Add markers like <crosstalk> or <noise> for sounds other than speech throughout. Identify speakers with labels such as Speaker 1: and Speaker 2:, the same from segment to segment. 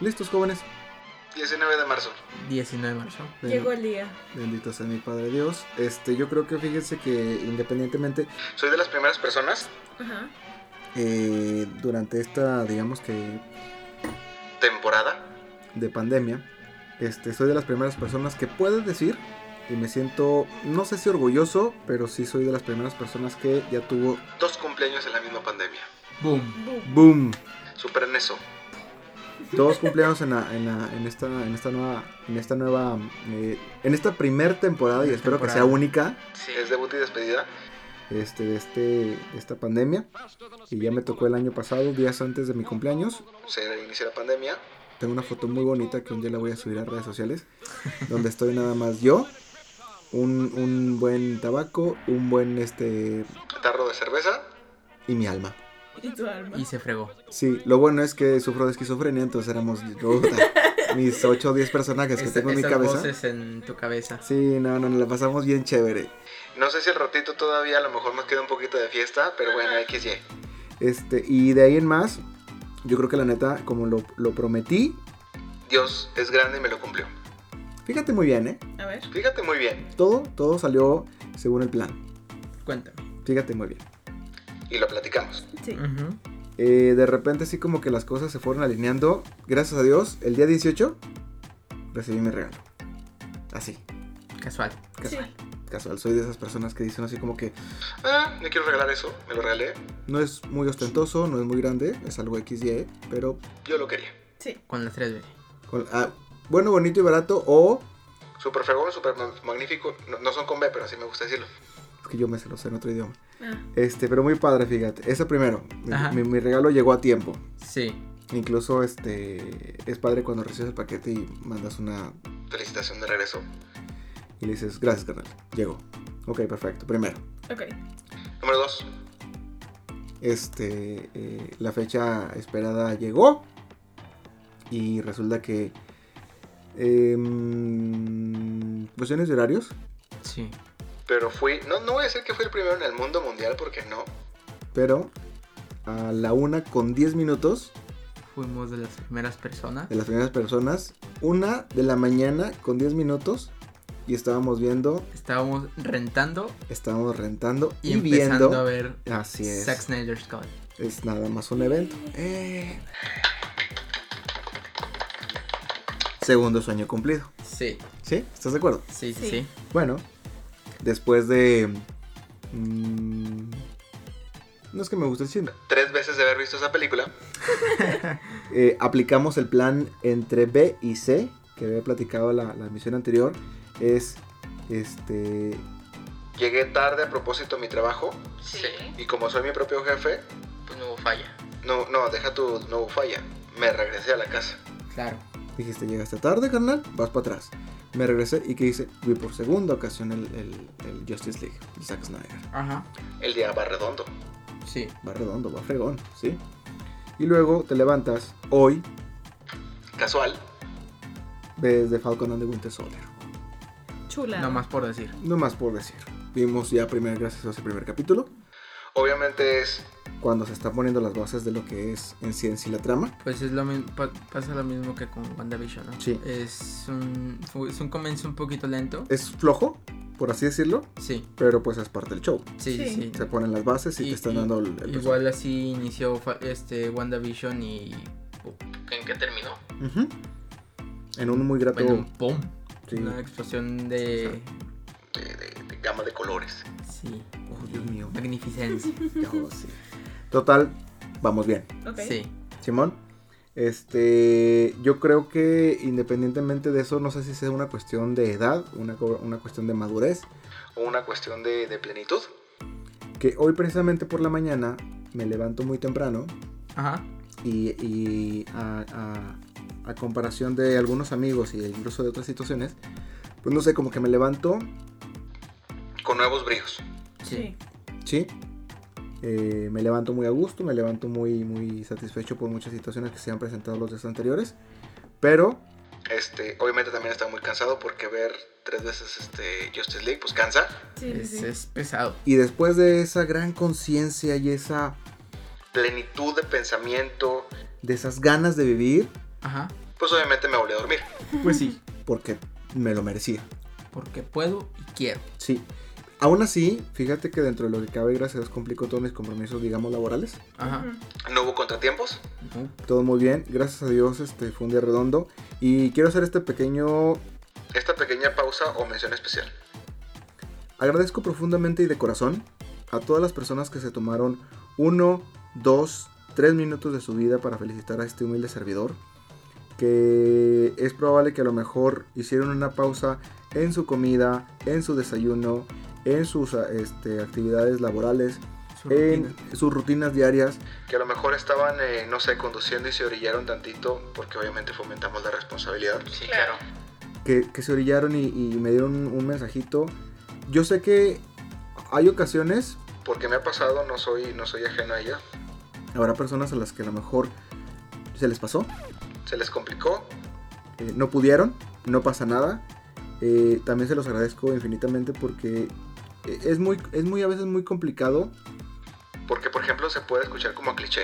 Speaker 1: ¿Listos, jóvenes?
Speaker 2: 19 de marzo.
Speaker 3: 19 de marzo.
Speaker 1: Ben-
Speaker 4: Llegó el día.
Speaker 1: Bendito sea mi Padre Dios. Este, yo creo que fíjense que independientemente
Speaker 2: Soy de las primeras personas,
Speaker 4: Ajá.
Speaker 1: eh, durante esta, digamos que,
Speaker 2: temporada,
Speaker 1: de pandemia, este, soy de las primeras personas que puede decir y me siento, no sé si orgulloso, pero sí soy de las primeras personas que ya tuvo
Speaker 2: dos cumpleaños en la misma pandemia.
Speaker 3: Boom.
Speaker 4: Bu-
Speaker 1: boom,
Speaker 2: Superen eso.
Speaker 1: Todos cumpleaños en, la- en la- en esta, en esta nueva, en esta nueva, eh, en esta primer temporada y espero que sea
Speaker 3: Temporada.
Speaker 1: única.
Speaker 3: Sí.
Speaker 2: Es debut y despedida.
Speaker 1: este, de, este, de esta pandemia. Y ya me tocó el año pasado, días antes de mi cumpleaños.
Speaker 2: Se inició la pandemia.
Speaker 1: Tengo una foto muy bonita que un día la voy a subir a redes
Speaker 3: <laughs>
Speaker 1: sociales, donde estoy nada más yo, un, un buen tabaco, un buen este
Speaker 2: Tarro de cerveza.
Speaker 1: y mi alma.
Speaker 4: Y tu alma.
Speaker 3: Y se fregó.
Speaker 1: Sí, lo bueno es que sufro de esquizofrenia, entonces éramos
Speaker 3: <laughs>
Speaker 1: puta, mis 8 o 10 personajes que
Speaker 3: Es-
Speaker 1: tengo en mi
Speaker 3: esas
Speaker 1: cabeza.
Speaker 3: voces en tu cabeza.
Speaker 1: Sí, no, no, nos la pasamos bien chévere.
Speaker 2: No sé si el ratito todavía a lo mejor nos queda un poquito de fiesta, pero bueno, XY.
Speaker 1: Este, y de ahí en más, yo creo que la neta, como lo, lo prometí,
Speaker 2: Dios es grande y me lo cumplió.
Speaker 1: fíjate muy bien, ¿eh?
Speaker 4: A ver.
Speaker 2: Fíjate muy bien.
Speaker 1: Todo, todo salió según el plan.
Speaker 3: Cuéntame.
Speaker 1: Fíjate muy bien.
Speaker 2: Y lo platicamos.
Speaker 4: Sí.
Speaker 3: Ujú.
Speaker 1: Eh, de repente así como que las cosas se fueron alineando. Gracias a Dios, el día 18 recibí mi regalo. Así,
Speaker 3: Casual.
Speaker 4: Sí.
Speaker 1: casual. Casual. Soy de esas personas que dicen así como que
Speaker 2: Ah, me quiero regalar eso. Me lo regalé.
Speaker 1: no es muy ostentoso, no es muy grande, es algo XY, pero
Speaker 2: Yo lo quería.
Speaker 4: Sí.
Speaker 3: Con las 3B.
Speaker 1: con- ah, bueno, bonito y barato o...
Speaker 2: Super fregón, super ma- magnífico. No, no son con B, pero así me gusta decirlo.
Speaker 1: Es que yo me se lo sé en otro idioma.
Speaker 4: Ah,
Speaker 1: Este, pero muy padre, fíjate. Eso primero. Mi-
Speaker 3: Ajá.
Speaker 1: mi- mi regalo llegó a tiempo.
Speaker 3: Sí.
Speaker 1: Incluso este es padre cuando recibes el paquete y mandas una
Speaker 2: Felicitación de regreso.
Speaker 1: y le dices, gracias, carnal. Llegó. Ok, perfecto. Primero,
Speaker 4: ok.
Speaker 2: Número dos.
Speaker 1: este, eh, la fecha esperada llegó y resulta que em, cuestiones de horarios,
Speaker 3: Sí.
Speaker 2: Pero fui. No, no voy a decir que fui el primero en el mundo mundial porque no.
Speaker 1: pero a la una con 10 minutos
Speaker 3: Fuimos de las primeras personas.
Speaker 1: de las primeras personas, una de la mañana con 10 minutos y estábamos viendo,
Speaker 3: Estábamos rentando
Speaker 1: estábamos rentando
Speaker 3: y,
Speaker 1: y,
Speaker 3: empezando a
Speaker 1: viendo.
Speaker 3: ver
Speaker 1: Así es.
Speaker 3: Zack Snyder's Cut.
Speaker 1: Es nada más un evento. Eh. Segundo sueño cumplido.
Speaker 3: Sí.
Speaker 1: ¿Sí? ¿Estás de acuerdo?
Speaker 3: Sí, sí,
Speaker 4: Sí.
Speaker 3: sí.
Speaker 1: Bueno, después de... mm, no es que me guste el chisme.
Speaker 2: Tres veces de haber visto esa película.
Speaker 1: <laughs> Eh, aplicamos el plan entre B y C, que había platicado la, la emisión anterior. Es, este...
Speaker 2: Llegué tarde a propósito a mi trabajo.
Speaker 3: Sí.
Speaker 2: Y como soy mi propio jefe,
Speaker 3: Pues no hubo falla.
Speaker 2: no, no, deja tu no falla. Me regresé a la casa.
Speaker 3: Claro.
Speaker 1: Dijiste, llegaste tarde, carnal, vas para atrás. Me regresé y que hice, vi por segunda ocasión el, el- el Justice League, el Zack Snyder.
Speaker 3: Ajá.
Speaker 2: El día va redondo.
Speaker 3: Sí.
Speaker 1: va redondo, va fregón, ¿sí? Y luego te levantas hoy,
Speaker 2: Casual.
Speaker 1: ves The Falcon and the Winter Soldier.
Speaker 4: Chula.
Speaker 3: No más por decir.
Speaker 1: No más por decir. Vimos ya primer, gracias a ese primer capítulo,
Speaker 2: Obviamente es
Speaker 1: cuando se están poniendo las bases de lo que es en sí en sí la trama.
Speaker 3: Pues es lo mismo, pasa lo mismo que con WandaVision, ¿no?
Speaker 1: Sí. Eh.
Speaker 3: Es un, fu- es un comienzo un poquito lento.
Speaker 1: Es flojo, por así decirlo,
Speaker 3: Sí,
Speaker 1: pero pues es parte del show.
Speaker 3: sí, sí.
Speaker 4: Sí.
Speaker 3: sí.
Speaker 1: Se ponen las bases y,
Speaker 3: Y-
Speaker 1: te están
Speaker 3: y-
Speaker 1: dando el, el
Speaker 3: Igual así inició fa- este WandaVision y... ¿En qué terminó?
Speaker 1: personaje. Ujú. En un muy grato...
Speaker 3: Bueno, un ¡pum!
Speaker 1: Oh, sí.
Speaker 3: Una explosión de...
Speaker 2: de, eh, de- de gama de colores.
Speaker 3: Sí.
Speaker 1: Oh, Dios <laughs> mío.
Speaker 3: Magnificencia.
Speaker 1: Oh, sí. Total, vamos bien.
Speaker 4: <laughs> Ok.
Speaker 3: Sí.
Speaker 1: Simón, este, yo creo que independientemente de eso, no sé si sea una cuestión de edad, una, co- una cuestión de madurez,
Speaker 2: O una cuestión de, de plenitud.
Speaker 1: que hoy precisamente por la mañana me levanto muy temprano
Speaker 3: Ajá.
Speaker 1: y, y a, a- a comparación de algunos amigos y incluso de otras situaciones, pues no sé, como que me levanto,
Speaker 2: Con nuevos bríos.
Speaker 3: Sí.
Speaker 1: ¿sí?
Speaker 4: Sí.
Speaker 1: Eh, me levanto muy a gusto, me levanto muy, muy satisfecho por muchas situaciones que se han presentado los días anteriores, pero
Speaker 2: Este, obviamente también estaba muy cansado porque ver tres veces este Justice League pues cansa.
Speaker 4: Sí, sí,
Speaker 3: Es,
Speaker 4: sí.
Speaker 3: es pesado.
Speaker 1: Y después de esa gran conciencia y esa,
Speaker 2: Plenitud de pensamiento,
Speaker 1: de esas ganas de vivir,
Speaker 3: Ajá.
Speaker 2: pues obviamente me volví a dormir.
Speaker 3: Pues sí.
Speaker 1: porque me lo merecía.
Speaker 3: Porque puedo y quiero.
Speaker 1: Sí. Aún así, fíjate que dentro de lo que cabe, gracias a Dios, cumplí con todos mis compromisos, digamos, laborales.
Speaker 3: Ajá.
Speaker 4: Ujú.
Speaker 2: No hubo contratiempos.
Speaker 3: No.
Speaker 1: Todo muy bien, gracias a Dios, este fue un día redondo. Y quiero hacer este pequeño...
Speaker 2: Esta pequeña pausa o mención especial.
Speaker 1: Agradezco profundamente y de corazón a todas las personas que se tomaron uno, dos, tres minutos de su vida para felicitar a este humilde servidor. Que es probable que a lo mejor hicieron una pausa en su comida, en su desayuno, en sus ah, este, actividades laborales,
Speaker 3: Su
Speaker 1: en
Speaker 3: rutina.
Speaker 1: sus rutinas diarias.
Speaker 2: Que a lo mejor estaban, eh, no sé, conduciendo y se orillaron tantito, porque obviamente fomentamos la responsabilidad.
Speaker 5: Sí, claro.
Speaker 1: que, que se orillaron y, y me dieron un, un mensajito. Yo sé que hay ocasiones,
Speaker 2: Porque me ha pasado, no soy, no soy ajeno a ella.
Speaker 1: habrá personas a las que a lo mejor se les pasó,
Speaker 2: Se les complicó.
Speaker 1: eh, no pudieron, no pasa nada. Eh, también se los agradezco infinitamente porque eh, es muy, es muy a veces muy complicado.
Speaker 2: Porque, por ejemplo, se puede escuchar como cliché.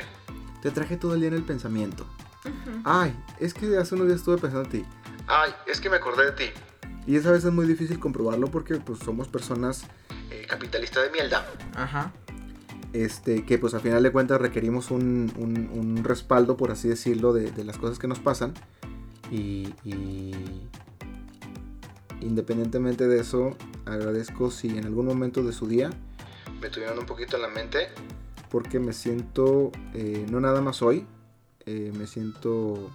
Speaker 1: Te traje todo el día en el pensamiento.
Speaker 4: Ujú.
Speaker 1: Ay, es que hace unos días estuve pensando en ti.
Speaker 2: Ay, es que me acordé de ti,
Speaker 1: Y es a veces muy difícil comprobarlo porque pues somos personas
Speaker 2: eh, capitalista de mierda.
Speaker 3: Ajá.
Speaker 1: este, que pues al final de cuentas requerimos un, un- un respaldo, por así decirlo, de, de las cosas que nos pasan. Y, y independientemente de eso, agradezco si en algún momento de su día,
Speaker 2: Me tuvieron un poquito en la mente.
Speaker 1: porque me siento, eh, no nada más hoy, eh, me siento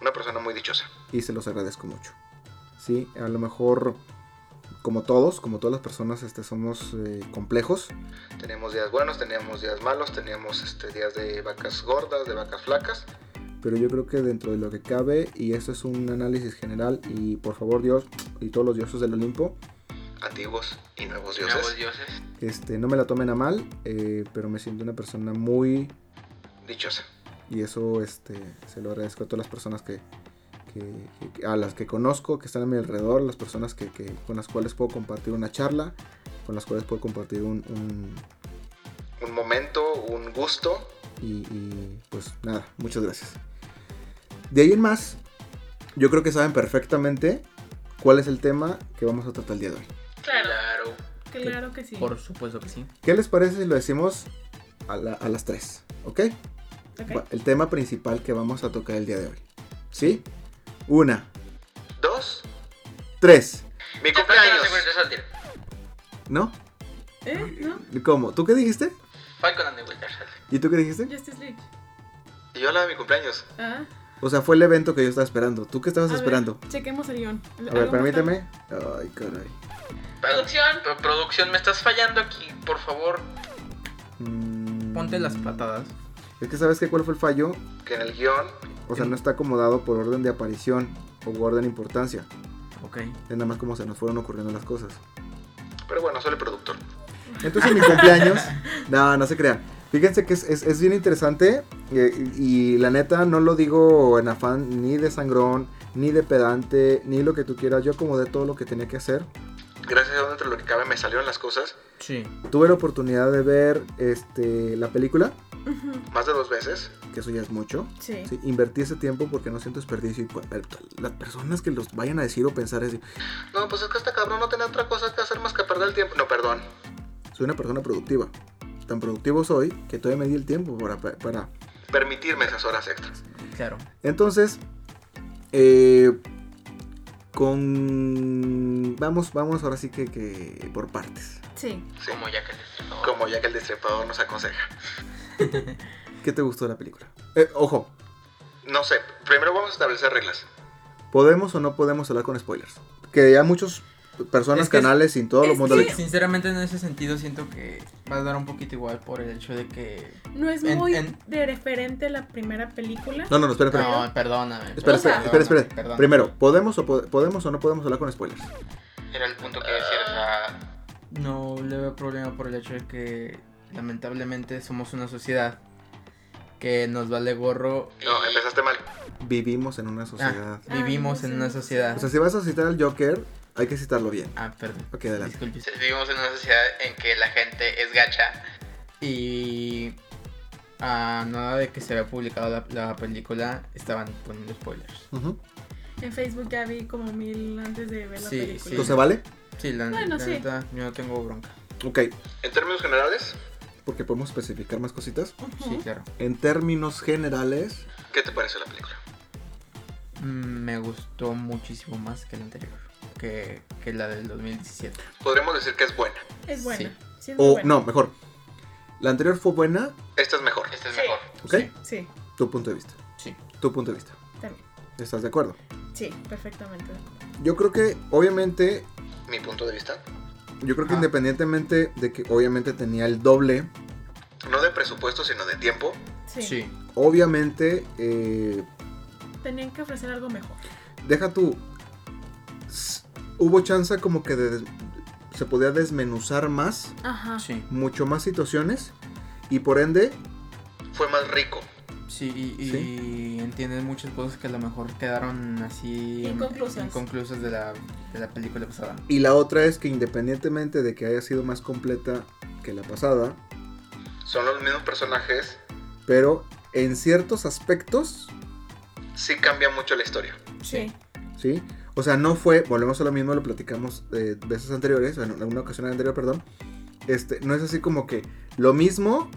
Speaker 2: Una persona muy dichosa.
Speaker 1: y se los agradezco mucho. Sí, a lo mejor, como todos, como todas las personas, este, somos eh, complejos.
Speaker 2: Teníamos días buenos, teníamos días malos, teníamos este, días de vacas gordas, de vacas flacas.
Speaker 1: pero yo creo que dentro de lo que cabe, y eso es un análisis general, y por favor Dios y todos los dioses del Olimpo,
Speaker 2: Antiguos y nuevos dioses.
Speaker 5: Nuevos dioses.
Speaker 1: este, no me la tomen a mal, eh, pero me siento una persona muy,
Speaker 2: Dichosa.
Speaker 1: y eso este, se lo agradezco a todas las personas que, que- que- a las que conozco, que están a mi alrededor, las personas que, que- con las cuales puedo compartir una charla, con las cuales puedo compartir un... un-
Speaker 2: Un momento, un gusto.
Speaker 1: y, y, pues nada, muchas gracias. De ahí en más, yo creo que saben perfectamente cuál es el tema que vamos a tratar el día de hoy.
Speaker 4: Claro,
Speaker 5: Claro.
Speaker 4: claro que sí.
Speaker 3: Por supuesto que sí.
Speaker 1: ¿Qué les parece si lo decimos a, la- a las 3? ¿Ok?
Speaker 4: Ok.
Speaker 1: Va- El tema principal que vamos a tocar el día de hoy. ¿Sí? Una,
Speaker 2: Dos.
Speaker 1: tres.
Speaker 2: Mi
Speaker 5: Te faltan los
Speaker 2: cumpleaños.
Speaker 5: 53 al tiro.
Speaker 1: ¿No?
Speaker 4: ¿Eh? ¿No?
Speaker 1: ¿Cómo? ¿Tú qué dijiste?
Speaker 5: Falcon and the Winter Soldier.
Speaker 1: ¿Y tú qué dijiste?
Speaker 4: Justice League.
Speaker 2: Y yo hablaba de mi cumpleaños.
Speaker 4: Ah.
Speaker 1: O sea, fue el evento que yo estaba esperando. ¿Tú qué
Speaker 4: a
Speaker 1: estabas
Speaker 4: ver,
Speaker 1: esperando?
Speaker 4: chequemos el guión.
Speaker 1: A ver, permíteme. Ay, caray.
Speaker 5: Producción. Pro- producción, me estás fallando aquí, por favor.
Speaker 1: Mm.
Speaker 3: Ponte las patadas.
Speaker 1: Es que sabes que cuál fue el fallo.
Speaker 2: Que en el guión
Speaker 1: O sea, no está acomodado por orden de aparición o orden de importancia.
Speaker 3: Ok.
Speaker 1: Es nada más como se nos fueron ocurriendo las cosas.
Speaker 2: Pero bueno, soy el productor.
Speaker 1: Entonces mi cumpleaños. No, no se crean. Fíjense que es, es- es bien interesante. eh, y la neta no lo digo en afán ni de sangrón, ni de pedante, ni lo que tú quieras. Yo acomodé todo lo que tenía que hacer.
Speaker 2: Gracias a Dios, entre lo que cabe, me salieron las cosas
Speaker 3: Sí.
Speaker 1: Tuve la oportunidad de ver este, la película,
Speaker 2: más de dos veces.
Speaker 1: que eso ya es mucho.
Speaker 4: Sí.
Speaker 1: Sí, invertí ese tiempo porque no siento desperdicio. Y pues, eh, las personas que los vayan a decir o pensar es
Speaker 2: No, pues es que este cabrón no tenía otra cosa que hacer más que perder el tiempo. No, perdón.
Speaker 1: soy una persona productiva. Tan productivo soy que todavía me di el tiempo para- para
Speaker 2: Permitirme esas horas extras.
Speaker 3: Claro.
Speaker 1: Entonces, eh, con... Vamos, vamos ahora sí que, que por partes.
Speaker 4: Sí.
Speaker 2: Sí.
Speaker 5: Como ya que les digo.
Speaker 2: Como ya que el destripador nos aconseja.
Speaker 1: ¿Qué te gustó de la película? Eh, ojo,
Speaker 2: No sé, primero vamos a establecer reglas.
Speaker 1: ¿podemos o no podemos hablar con spoilers? Que ya muchos personas,
Speaker 3: Es que es-
Speaker 1: canales, sin todo el
Speaker 4: es
Speaker 1: mundo... le-
Speaker 4: que-
Speaker 3: Sinceramente, en ese sentido, siento que va a dar un poquito igual por el hecho de que.
Speaker 4: No es
Speaker 3: En-
Speaker 4: muy
Speaker 3: en-
Speaker 4: de referente a la primera película.
Speaker 1: No, no, no, espera, espera.
Speaker 3: No, perdóname.
Speaker 1: Espera,
Speaker 4: o sea-
Speaker 1: espera, espera, espera.
Speaker 3: perdóname,
Speaker 1: Primero, ¿podemos o, po- ¿podemos o no podemos hablar con spoilers?
Speaker 5: Era el punto que decía, o sea,
Speaker 3: No le veo problema por el hecho de que lamentablemente somos una sociedad que nos vale gorro.
Speaker 2: No, empezaste mal.
Speaker 1: Vivimos en una sociedad.
Speaker 4: Ah,
Speaker 3: Vivimos
Speaker 4: no
Speaker 3: en
Speaker 4: sé.
Speaker 3: una sociedad.
Speaker 1: O sea, si vas a citar al Joker, hay que citarlo bien.
Speaker 3: Ah, perdón.
Speaker 1: Ok, adelante.
Speaker 3: Disculpe.
Speaker 5: vivimos en una sociedad en que la gente es gacha.
Speaker 3: Y a nada de que se había publicado la, la película, estaban poniendo spoilers.
Speaker 4: Ah.
Speaker 1: Ujú.
Speaker 4: En Facebook ya vi como mil antes de ver la
Speaker 3: Sí,
Speaker 4: película.
Speaker 3: sí.
Speaker 1: ¿Entonces vale?
Speaker 3: Sí, la,
Speaker 4: Bueno,
Speaker 3: la
Speaker 4: sí.
Speaker 3: neta, yo no tengo bronca.
Speaker 1: Ok,
Speaker 2: En términos generales,
Speaker 1: porque podemos especificar más cositas.
Speaker 4: Ujú.
Speaker 3: Sí, claro.
Speaker 1: En términos generales,
Speaker 2: ¿qué te pareció la película?
Speaker 3: Mm, Me gustó muchísimo más que la anterior, que, que la del 2017.
Speaker 2: Podremos decir que es buena.
Speaker 4: Es buena. Sí es muy
Speaker 1: o
Speaker 4: buena.
Speaker 1: no, mejor. La anterior fue buena,
Speaker 2: Esta es mejor.
Speaker 5: Este es
Speaker 4: Sí.
Speaker 5: mejor.
Speaker 1: ¿ok?
Speaker 3: Sí.
Speaker 4: Sí,
Speaker 1: Tu punto de vista.
Speaker 3: Sí.
Speaker 1: Tu punto de vista.
Speaker 4: también.
Speaker 1: ¿Estás de acuerdo?
Speaker 4: Sí, perfectamente.
Speaker 1: Yo creo que, obviamente,
Speaker 2: Mi punto de vista.
Speaker 1: yo creo que
Speaker 3: Ah.
Speaker 1: independientemente de que obviamente tenía el doble,
Speaker 2: No de presupuesto, sino de tiempo.
Speaker 4: Sí.
Speaker 3: Sí.
Speaker 1: obviamente, eh,
Speaker 4: Tenían que ofrecer algo mejor.
Speaker 1: deja tú. s- Hubo chance como que de des- se podía desmenuzar más,
Speaker 4: Ajá.
Speaker 3: Sí,
Speaker 1: mucho más situaciones, y por ende,
Speaker 2: Fue más rico.
Speaker 3: sí, y, y entiendes muchas cosas que a lo mejor quedaron así
Speaker 4: Inconclusas.
Speaker 3: inconclusas de la, de la película pasada.
Speaker 1: y la otra es que independientemente de que haya sido más completa que la pasada,
Speaker 2: Son los mismos personajes.
Speaker 1: pero en ciertos aspectos,
Speaker 2: Sí cambia mucho la historia.
Speaker 4: Sí.
Speaker 1: ¿sí? O sea, no fue, volvemos a lo mismo, lo platicamos eh, veces anteriores, en alguna ocasión anterior, perdón. Este, no es así como que lo mismo,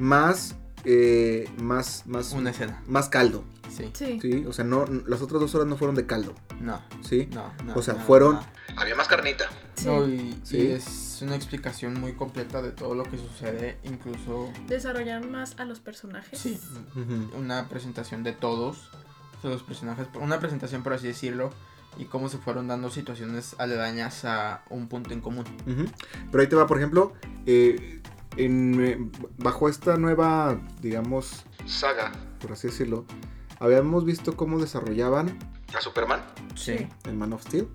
Speaker 1: más, eh, más, más,
Speaker 3: Una escena.
Speaker 1: más caldo,
Speaker 3: Sí.
Speaker 4: Sí.
Speaker 1: ¿sí? O sea, no, n- las otras dos horas no fueron de caldo,
Speaker 3: No,
Speaker 1: ¿sí?
Speaker 3: no, no.
Speaker 1: O sea,
Speaker 3: no,
Speaker 1: fueron-
Speaker 3: no.
Speaker 2: Había más carnita.
Speaker 4: Sí.
Speaker 3: No, y,
Speaker 1: Sí.
Speaker 3: y es una explicación muy completa de todo lo que sucede, incluso
Speaker 4: Desarrollar más a los personajes.
Speaker 3: sí,
Speaker 1: Ujú.
Speaker 3: una presentación de todos, de los personajes, una presentación por así decirlo, y cómo se fueron dando situaciones aledañas a un punto en común.
Speaker 1: Ujú. Pero ahí te va, por ejemplo, eh, en, eh, bajo esta nueva, digamos,
Speaker 2: Saga
Speaker 1: por así decirlo, habíamos visto cómo desarrollaban
Speaker 2: a Superman.
Speaker 4: Sí.
Speaker 1: el Man of Steel,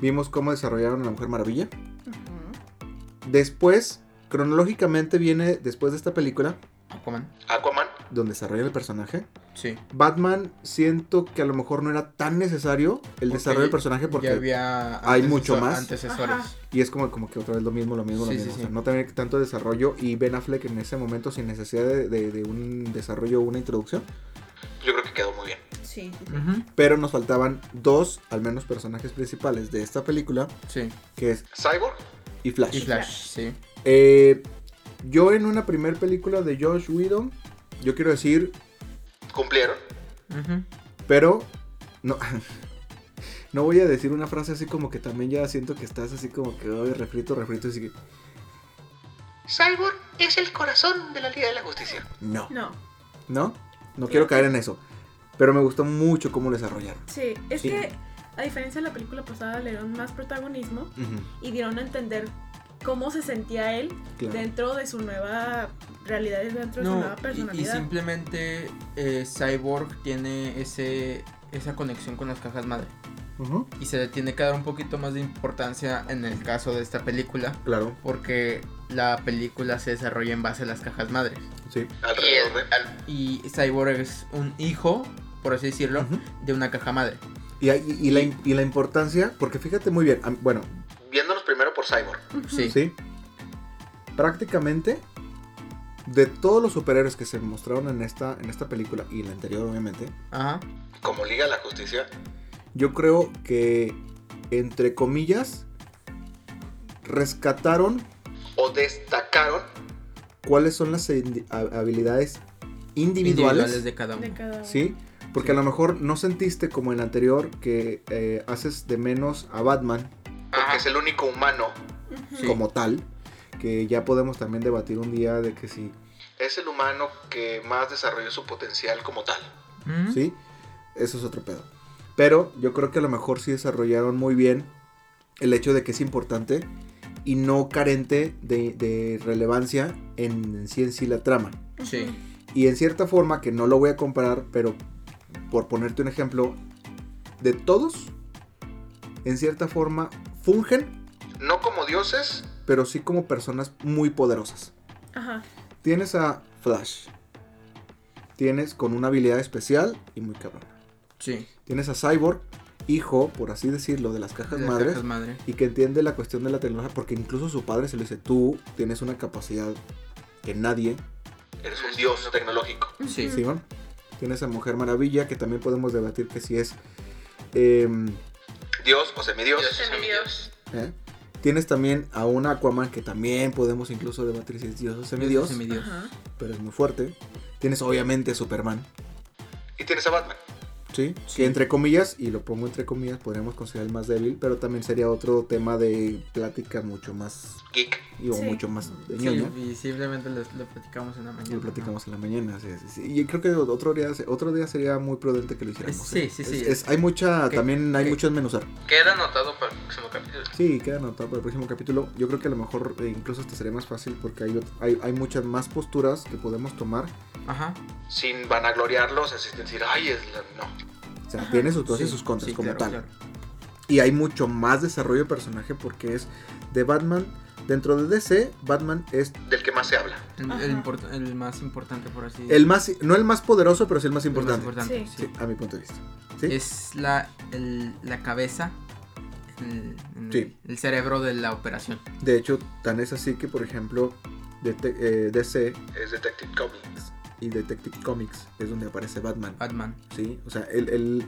Speaker 1: vimos cómo desarrollaron a la Mujer Maravilla,
Speaker 4: Ujú.
Speaker 1: Después, cronológicamente viene después de esta película,
Speaker 3: Aquaman,
Speaker 2: Aquaman.
Speaker 1: donde desarrolla el personaje.
Speaker 3: sí.
Speaker 1: Batman, siento que a lo mejor no era tan necesario el
Speaker 3: Porque
Speaker 1: desarrollo del personaje porque
Speaker 3: ya había
Speaker 1: hay
Speaker 3: antecesor-
Speaker 1: mucho más.
Speaker 3: antecesores.
Speaker 4: Ajá.
Speaker 1: y es como, como que otra vez lo mismo, lo mismo, lo
Speaker 3: Sí,
Speaker 1: mismo.
Speaker 3: sí,
Speaker 1: O sea,
Speaker 3: sí.
Speaker 1: no tener tanto desarrollo y Ben Affleck en ese momento sin necesidad de, de- de un desarrollo o una introducción.
Speaker 2: Yo creo que quedó muy bien.
Speaker 4: Sí.
Speaker 3: Ujú,
Speaker 1: Pero nos faltaban dos, al menos, personajes principales de esta película,
Speaker 3: Sí.
Speaker 1: que es
Speaker 2: Cyborg.
Speaker 1: y Flash.
Speaker 3: Y
Speaker 4: Sí,
Speaker 3: Flash,
Speaker 4: Flash.
Speaker 3: sí.
Speaker 1: Eh, yo en una primer película de Josh Whedon, yo quiero decir
Speaker 2: Cumplieron.
Speaker 3: Ujú.
Speaker 1: Pero no, <laughs> no voy a decir una frase así como que también ya siento que estás así como que "Ay, refrito, refrito, así que
Speaker 2: Cyborg es el corazón de la Liga de la Justicia.
Speaker 1: no,
Speaker 4: No.
Speaker 1: no, no quiero caer en eso. Pero me gustó mucho cómo lo desarrollaron.
Speaker 4: Sí. Es
Speaker 1: Sí.
Speaker 4: que, a diferencia de la película pasada, le dieron más protagonismo y dieron a entender cómo se sentía él
Speaker 1: Claro.
Speaker 4: dentro de su nueva realidad, y dentro de su
Speaker 3: No,
Speaker 4: nueva
Speaker 3: y- y,
Speaker 4: personalidad.
Speaker 3: simplemente eh, Cyborg tiene ese esa conexión con las cajas madre.
Speaker 1: Ujú,
Speaker 3: Y se le tiene que dar un poquito más de importancia en el caso de esta película.
Speaker 1: Claro,
Speaker 3: Porque la película se desarrolla en base a las cajas madres.
Speaker 1: sí.
Speaker 5: Y
Speaker 2: Alrededor
Speaker 5: el,
Speaker 2: de.
Speaker 5: al-
Speaker 3: Y Cyborg es un hijo, por así decirlo,
Speaker 1: Ujú.
Speaker 3: de una caja madre.
Speaker 1: Y, hay- y la, y la importancia, porque fíjate muy bien, am- bueno,
Speaker 2: Viéndonos primero por Cyborg.
Speaker 4: Ujú.
Speaker 3: Sí.
Speaker 1: sí, prácticamente de todos los superhéroes que se mostraron en esta, en esta película y en la anterior obviamente,
Speaker 3: Ajá.
Speaker 2: Como Liga de la Justicia.
Speaker 1: Yo creo que, entre comillas, rescataron
Speaker 2: O destacaron.
Speaker 1: cuáles son las indi- ha- habilidades individuales,
Speaker 3: Individuales de cada uno.
Speaker 4: De cada uno.
Speaker 1: ¿sí? Porque a lo mejor no sentiste como en la anterior que eh, haces de menos a Batman
Speaker 2: Porque
Speaker 5: Ajá.
Speaker 2: es el único humano.
Speaker 4: Ujú.
Speaker 3: Sí.
Speaker 1: como tal, que ya podemos también debatir un día de que sí,
Speaker 2: Es el humano que más desarrolló su potencial como tal.
Speaker 3: Ujú.
Speaker 1: ¿sí? Eso es otro pedo. Pero yo creo que a lo mejor sí desarrollaron muy bien el hecho de que es importante y no carente de, de relevancia en, en sí en sí la trama.
Speaker 4: Ujú.
Speaker 3: Sí.
Speaker 1: Y en cierta forma, que no lo voy a comparar, pero por ponerte un ejemplo, de todos, en cierta forma, fungen,
Speaker 2: No como dioses.
Speaker 1: pero sí como personas muy poderosas.
Speaker 4: Ajá.
Speaker 1: Tienes a Flash. Tienes con una habilidad especial y muy cabrona.
Speaker 3: Sí.
Speaker 1: Tienes a Cyborg, hijo, por así decirlo, de las cajas
Speaker 3: de las
Speaker 1: madres.
Speaker 3: cajas madre.
Speaker 1: y que entiende la cuestión de la tecnología, porque incluso su padre se lo dice, tú tienes una capacidad que nadie
Speaker 2: Eres un dios tecnológico.
Speaker 3: Sí.
Speaker 1: Sí, ¿va? Tienes a Mujer Maravilla, que también podemos debatir que si es. em,
Speaker 2: Dios o semidios.
Speaker 5: Dios semidios.
Speaker 1: ¿eh? Tienes también a un Aquaman que también podemos incluso debatir si es Dios o semidios,
Speaker 3: Semidios.
Speaker 4: Ajá.
Speaker 1: pero es muy fuerte. Tienes obviamente a Superman,
Speaker 2: Y tienes a Batman.
Speaker 1: ¿sí?
Speaker 3: Sí.
Speaker 1: Que entre comillas, y lo pongo entre comillas, podríamos considerar el más débil, pero también sería otro tema de plática mucho más.
Speaker 2: Geek.
Speaker 1: y o
Speaker 4: Sí.
Speaker 1: mucho más de
Speaker 3: Sí,
Speaker 1: ñoño.
Speaker 3: visiblemente lo, lo platicamos en la mañana.
Speaker 1: Lo platicamos en la mañana, sí, sí, sí. Y creo que otro día, otro día sería muy prudente que lo hiciéramos.
Speaker 3: Sí,
Speaker 1: ¿eh?
Speaker 3: sí, sí.
Speaker 1: Es- es- hay mucha,
Speaker 3: Ok,
Speaker 1: también hay
Speaker 3: ok.
Speaker 1: mucho desmenuzar.
Speaker 5: Queda anotado para el próximo capítulo.
Speaker 1: Sí, queda anotado para el próximo capítulo. Yo creo que a lo mejor eh, incluso hasta sería más fácil porque hay, ot- hay, hay muchas más posturas que podemos tomar.
Speaker 3: Ajá.
Speaker 2: Sin vanagloriarlos, así decir, ay, es la... no.
Speaker 1: O sea,
Speaker 4: Ajá.
Speaker 1: tiene sus pros y
Speaker 3: Sí,
Speaker 1: sus contras
Speaker 3: sí,
Speaker 1: como
Speaker 3: claro,
Speaker 1: tal.
Speaker 3: claro.
Speaker 1: Y hay mucho más desarrollo de personaje porque es de Batman. Dentro de DC, Batman es
Speaker 2: Del que más se habla.
Speaker 3: El,
Speaker 4: Ajá.
Speaker 3: el import- el más importante, por así
Speaker 1: el más, no el más poderoso, pero sí el más
Speaker 3: el más
Speaker 1: importante.
Speaker 3: importante,
Speaker 4: Sí.
Speaker 3: sí.
Speaker 1: Sí, a mi punto de vista. ¿Sí?
Speaker 3: Es la, el- la cabeza, el, el-
Speaker 1: Sí.
Speaker 3: el cerebro de la operación.
Speaker 1: De hecho, tan es así que, por ejemplo, DT eh, DC
Speaker 2: Es Detective Comics.
Speaker 1: y Detective Comics es donde aparece Batman.
Speaker 3: Batman.
Speaker 1: ¿sí? O sea, él, él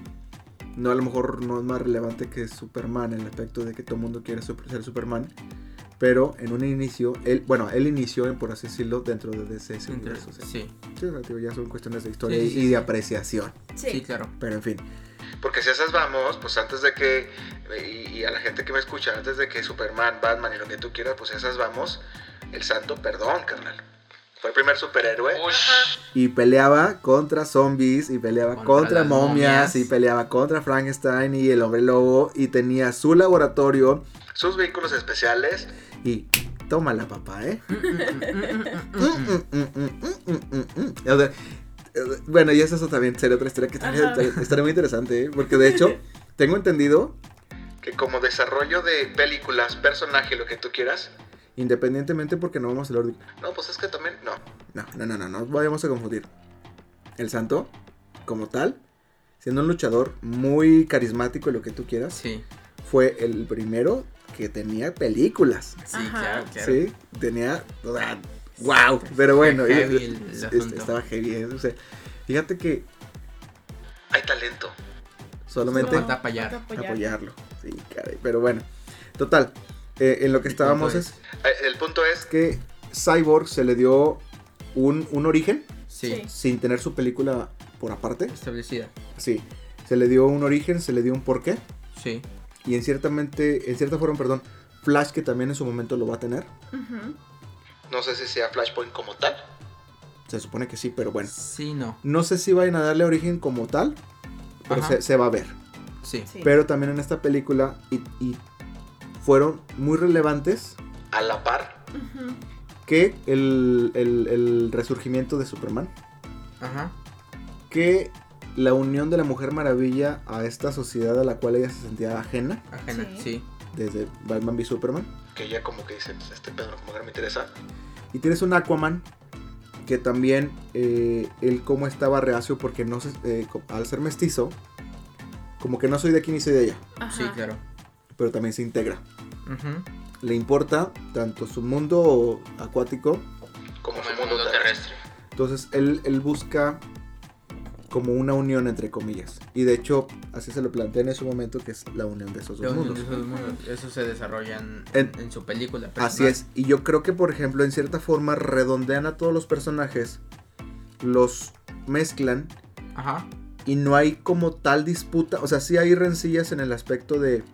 Speaker 1: no a lo mejor no es más relevante que Superman en el aspecto de que todo el mundo quiere super- ser Superman, pero en un inicio, él, bueno, él inició, en, por así decirlo, dentro de DC. ese
Speaker 3: Entre-
Speaker 1: universo, o sea,
Speaker 3: sí.
Speaker 1: sí, o sea, digo, ya son cuestiones de historia
Speaker 3: Sí, sí,
Speaker 1: y,
Speaker 3: sí,
Speaker 1: y de
Speaker 3: sí.
Speaker 1: apreciación,
Speaker 4: Sí.
Speaker 3: sí, claro.
Speaker 1: pero en fin.
Speaker 2: Porque si a esas vamos, pues antes de que, y, y a la gente que me escucha, antes de que Superman, Batman y lo que tú quieras, pues a esas vamos, el santo, perdón, carnal. Fue el primer superhéroe.
Speaker 5: Ush.
Speaker 1: Y peleaba contra zombies, y peleaba
Speaker 3: Contra
Speaker 1: contra,
Speaker 3: las
Speaker 1: momias,
Speaker 3: momias.
Speaker 1: y peleaba contra Frankenstein y el hombre lobo, y tenía su laboratorio,
Speaker 2: Sus vehículos especiales.
Speaker 1: y tómala papá, ¿eh?
Speaker 3: Mm, mm, mm, mm, mm, mm, mm.
Speaker 1: Mm, mm, mm, mm, mm, mm, mm. O sea, eh, bueno, y eso, eso también sería otra historia que estaría,
Speaker 4: Ajá.
Speaker 1: estaría- estaría muy interesante, ¿eh? porque de hecho,
Speaker 3: <laughs>
Speaker 1: tengo entendido,
Speaker 2: Que como desarrollo de películas, personaje, lo que tú quieras.
Speaker 1: independientemente porque no vamos a hablar de-
Speaker 2: No, pues es que también. No.
Speaker 1: No, no, no, no, no vayamos a confundir. El santo, como tal, siendo un luchador muy carismático y lo que tú quieras,
Speaker 3: Sí,
Speaker 1: fue el primero que tenía películas.
Speaker 3: sí,
Speaker 4: Ajá.
Speaker 3: claro, claro.
Speaker 1: Sí, tenía. ¡Wow! Pero bueno, y-
Speaker 3: heavy el- el
Speaker 1: es-
Speaker 3: asunto.
Speaker 1: estaba heavy. O sea, fíjate que
Speaker 2: Hay talento.
Speaker 1: solamente.
Speaker 3: falta apoyar.
Speaker 1: apoyarlo. Sí, caray, pero bueno. Total, eh, en lo que
Speaker 3: El
Speaker 1: estábamos
Speaker 3: punto
Speaker 1: es
Speaker 2: Eh, El punto es
Speaker 1: que Cyborg se le dio un, un origen
Speaker 3: Sí,
Speaker 4: Sí.
Speaker 1: sin tener su película por aparte.
Speaker 3: establecida.
Speaker 1: Sí, se le dio un origen, se le dio un porqué.
Speaker 3: Sí,
Speaker 1: Y en, ciertamente, en cierta forma, perdón, Flash que también en su momento lo va a tener.
Speaker 4: Ujú.
Speaker 2: No sé si sea Flashpoint como tal.
Speaker 1: Se supone que sí, pero bueno.
Speaker 3: sí, no.
Speaker 1: No sé si vayan a darle origen como tal, pero
Speaker 3: Ajá.
Speaker 1: se, se va a ver.
Speaker 3: Sí,
Speaker 4: Sí.
Speaker 1: Pero también en esta película y- y fueron muy relevantes
Speaker 2: A la par.
Speaker 4: Ujú.
Speaker 1: que el, el- el resurgimiento de Superman,
Speaker 3: ajá.
Speaker 1: que la unión de la Mujer Maravilla a esta sociedad a la cual ella se sentía ajena
Speaker 3: Ajena,
Speaker 4: Sí.
Speaker 3: sí.
Speaker 1: desde Batman v Superman.
Speaker 2: Que ya como que dice, este Pedro como que no me interesa.
Speaker 1: Y tienes un Aquaman que también eh, él como estaba reacio porque no se- eh, co- al ser mestizo, como que no soy de aquí ni soy de allá,
Speaker 4: Ajá.
Speaker 3: Sí, claro.
Speaker 1: pero también se integra.
Speaker 3: Ujú.
Speaker 1: Le importa tanto su mundo acuático,
Speaker 2: Como,
Speaker 5: Como
Speaker 2: su
Speaker 5: el mundo terrestre.
Speaker 1: Entonces él, él busca como una unión entre comillas. Y de hecho, así se lo plantea en su momento, que es la unión de esos
Speaker 3: La
Speaker 1: dos
Speaker 3: unión
Speaker 1: mundos.
Speaker 3: de esos mundos. Eso se desarrolla en,
Speaker 1: En-
Speaker 3: en su película.
Speaker 1: Así es. Y yo creo que, por ejemplo, en cierta forma redondean a todos los personajes, los mezclan
Speaker 3: Ajá.
Speaker 1: y no hay como tal disputa. O sea, sí hay rencillas en el aspecto de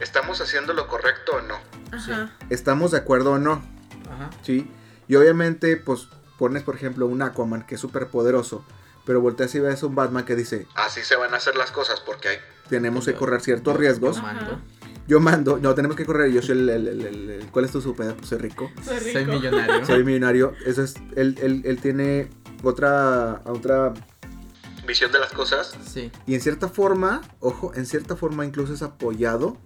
Speaker 2: ¿Estamos haciendo lo correcto o no?
Speaker 4: Ajá.
Speaker 1: estamos de acuerdo o no,
Speaker 3: Ajá.
Speaker 1: ¿sí? Y obviamente, pues pones, por ejemplo, un Aquaman que es súper poderoso, pero volteas y ves a un Batman que dice,
Speaker 2: Así se van a hacer las cosas porque hay
Speaker 1: tenemos que correr ciertos
Speaker 3: Yo-
Speaker 1: riesgos.
Speaker 3: yo mando.
Speaker 4: Ajá.
Speaker 1: Yo mando, no, tenemos que correr. Yo soy el. el- el- el- el- ¿Cuál es tu super? Pues soy rico,
Speaker 4: Soy rico.
Speaker 3: Soy millonario.
Speaker 1: <laughs> soy millonario. Eso es. Él, él- él tiene otra. otra
Speaker 2: visión de las cosas.
Speaker 3: Sí,
Speaker 1: Y en cierta forma, ojo, en cierta forma incluso es apoyado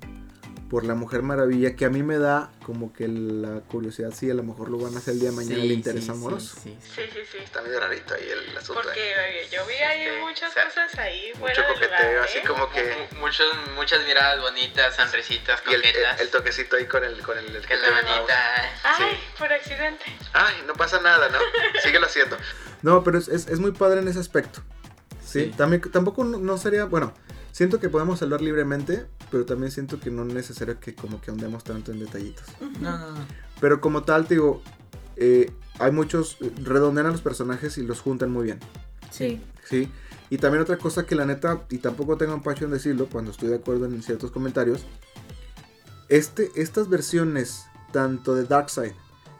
Speaker 1: por la Mujer Maravilla, que a mí me da como que la curiosidad si a lo mejor lo van a hacer el día de mañana
Speaker 3: Sí,
Speaker 1: el interés
Speaker 3: sí, sí,
Speaker 1: amoroso.
Speaker 3: sí, sí.
Speaker 6: Sí, sí, sí.
Speaker 2: Está medio rarito ahí el asunto. ¿eh?
Speaker 6: Porque oye, yo vi ahí
Speaker 2: Sí,
Speaker 6: muchas
Speaker 2: o sea,
Speaker 6: cosas ahí fuera
Speaker 2: Mucho
Speaker 6: del lugar.
Speaker 2: coqueteo, así
Speaker 6: ¿eh?
Speaker 2: como que.
Speaker 5: Mu- Muchas, muchas miradas bonitas, sonrisitas,
Speaker 2: Y el, el-
Speaker 5: coquetas.
Speaker 2: el toquecito ahí con el. Con el, el-
Speaker 5: que la manita.
Speaker 6: Ay,
Speaker 2: Sí.
Speaker 6: por accidente.
Speaker 2: Ay, no pasa nada,
Speaker 5: <laughs>
Speaker 2: ¿no? Síguelo haciendo.
Speaker 1: No, pero es, es- es muy padre en ese aspecto. Sí,
Speaker 3: Sí.
Speaker 1: También, tampoco no- no sería, bueno, siento que podemos hablar libremente, pero también siento que no es necesario que como que ahondemos tanto en detallitos.
Speaker 3: No, no, no.
Speaker 1: Pero como tal, te digo, eh, hay muchos, eh, redondean a los personajes y los juntan muy bien.
Speaker 4: Sí.
Speaker 1: ¿sí? Y también otra cosa que la neta, y tampoco tengo empacho en decirlo, cuando estoy de acuerdo en ciertos comentarios, este, estas versiones, tanto de Darkseid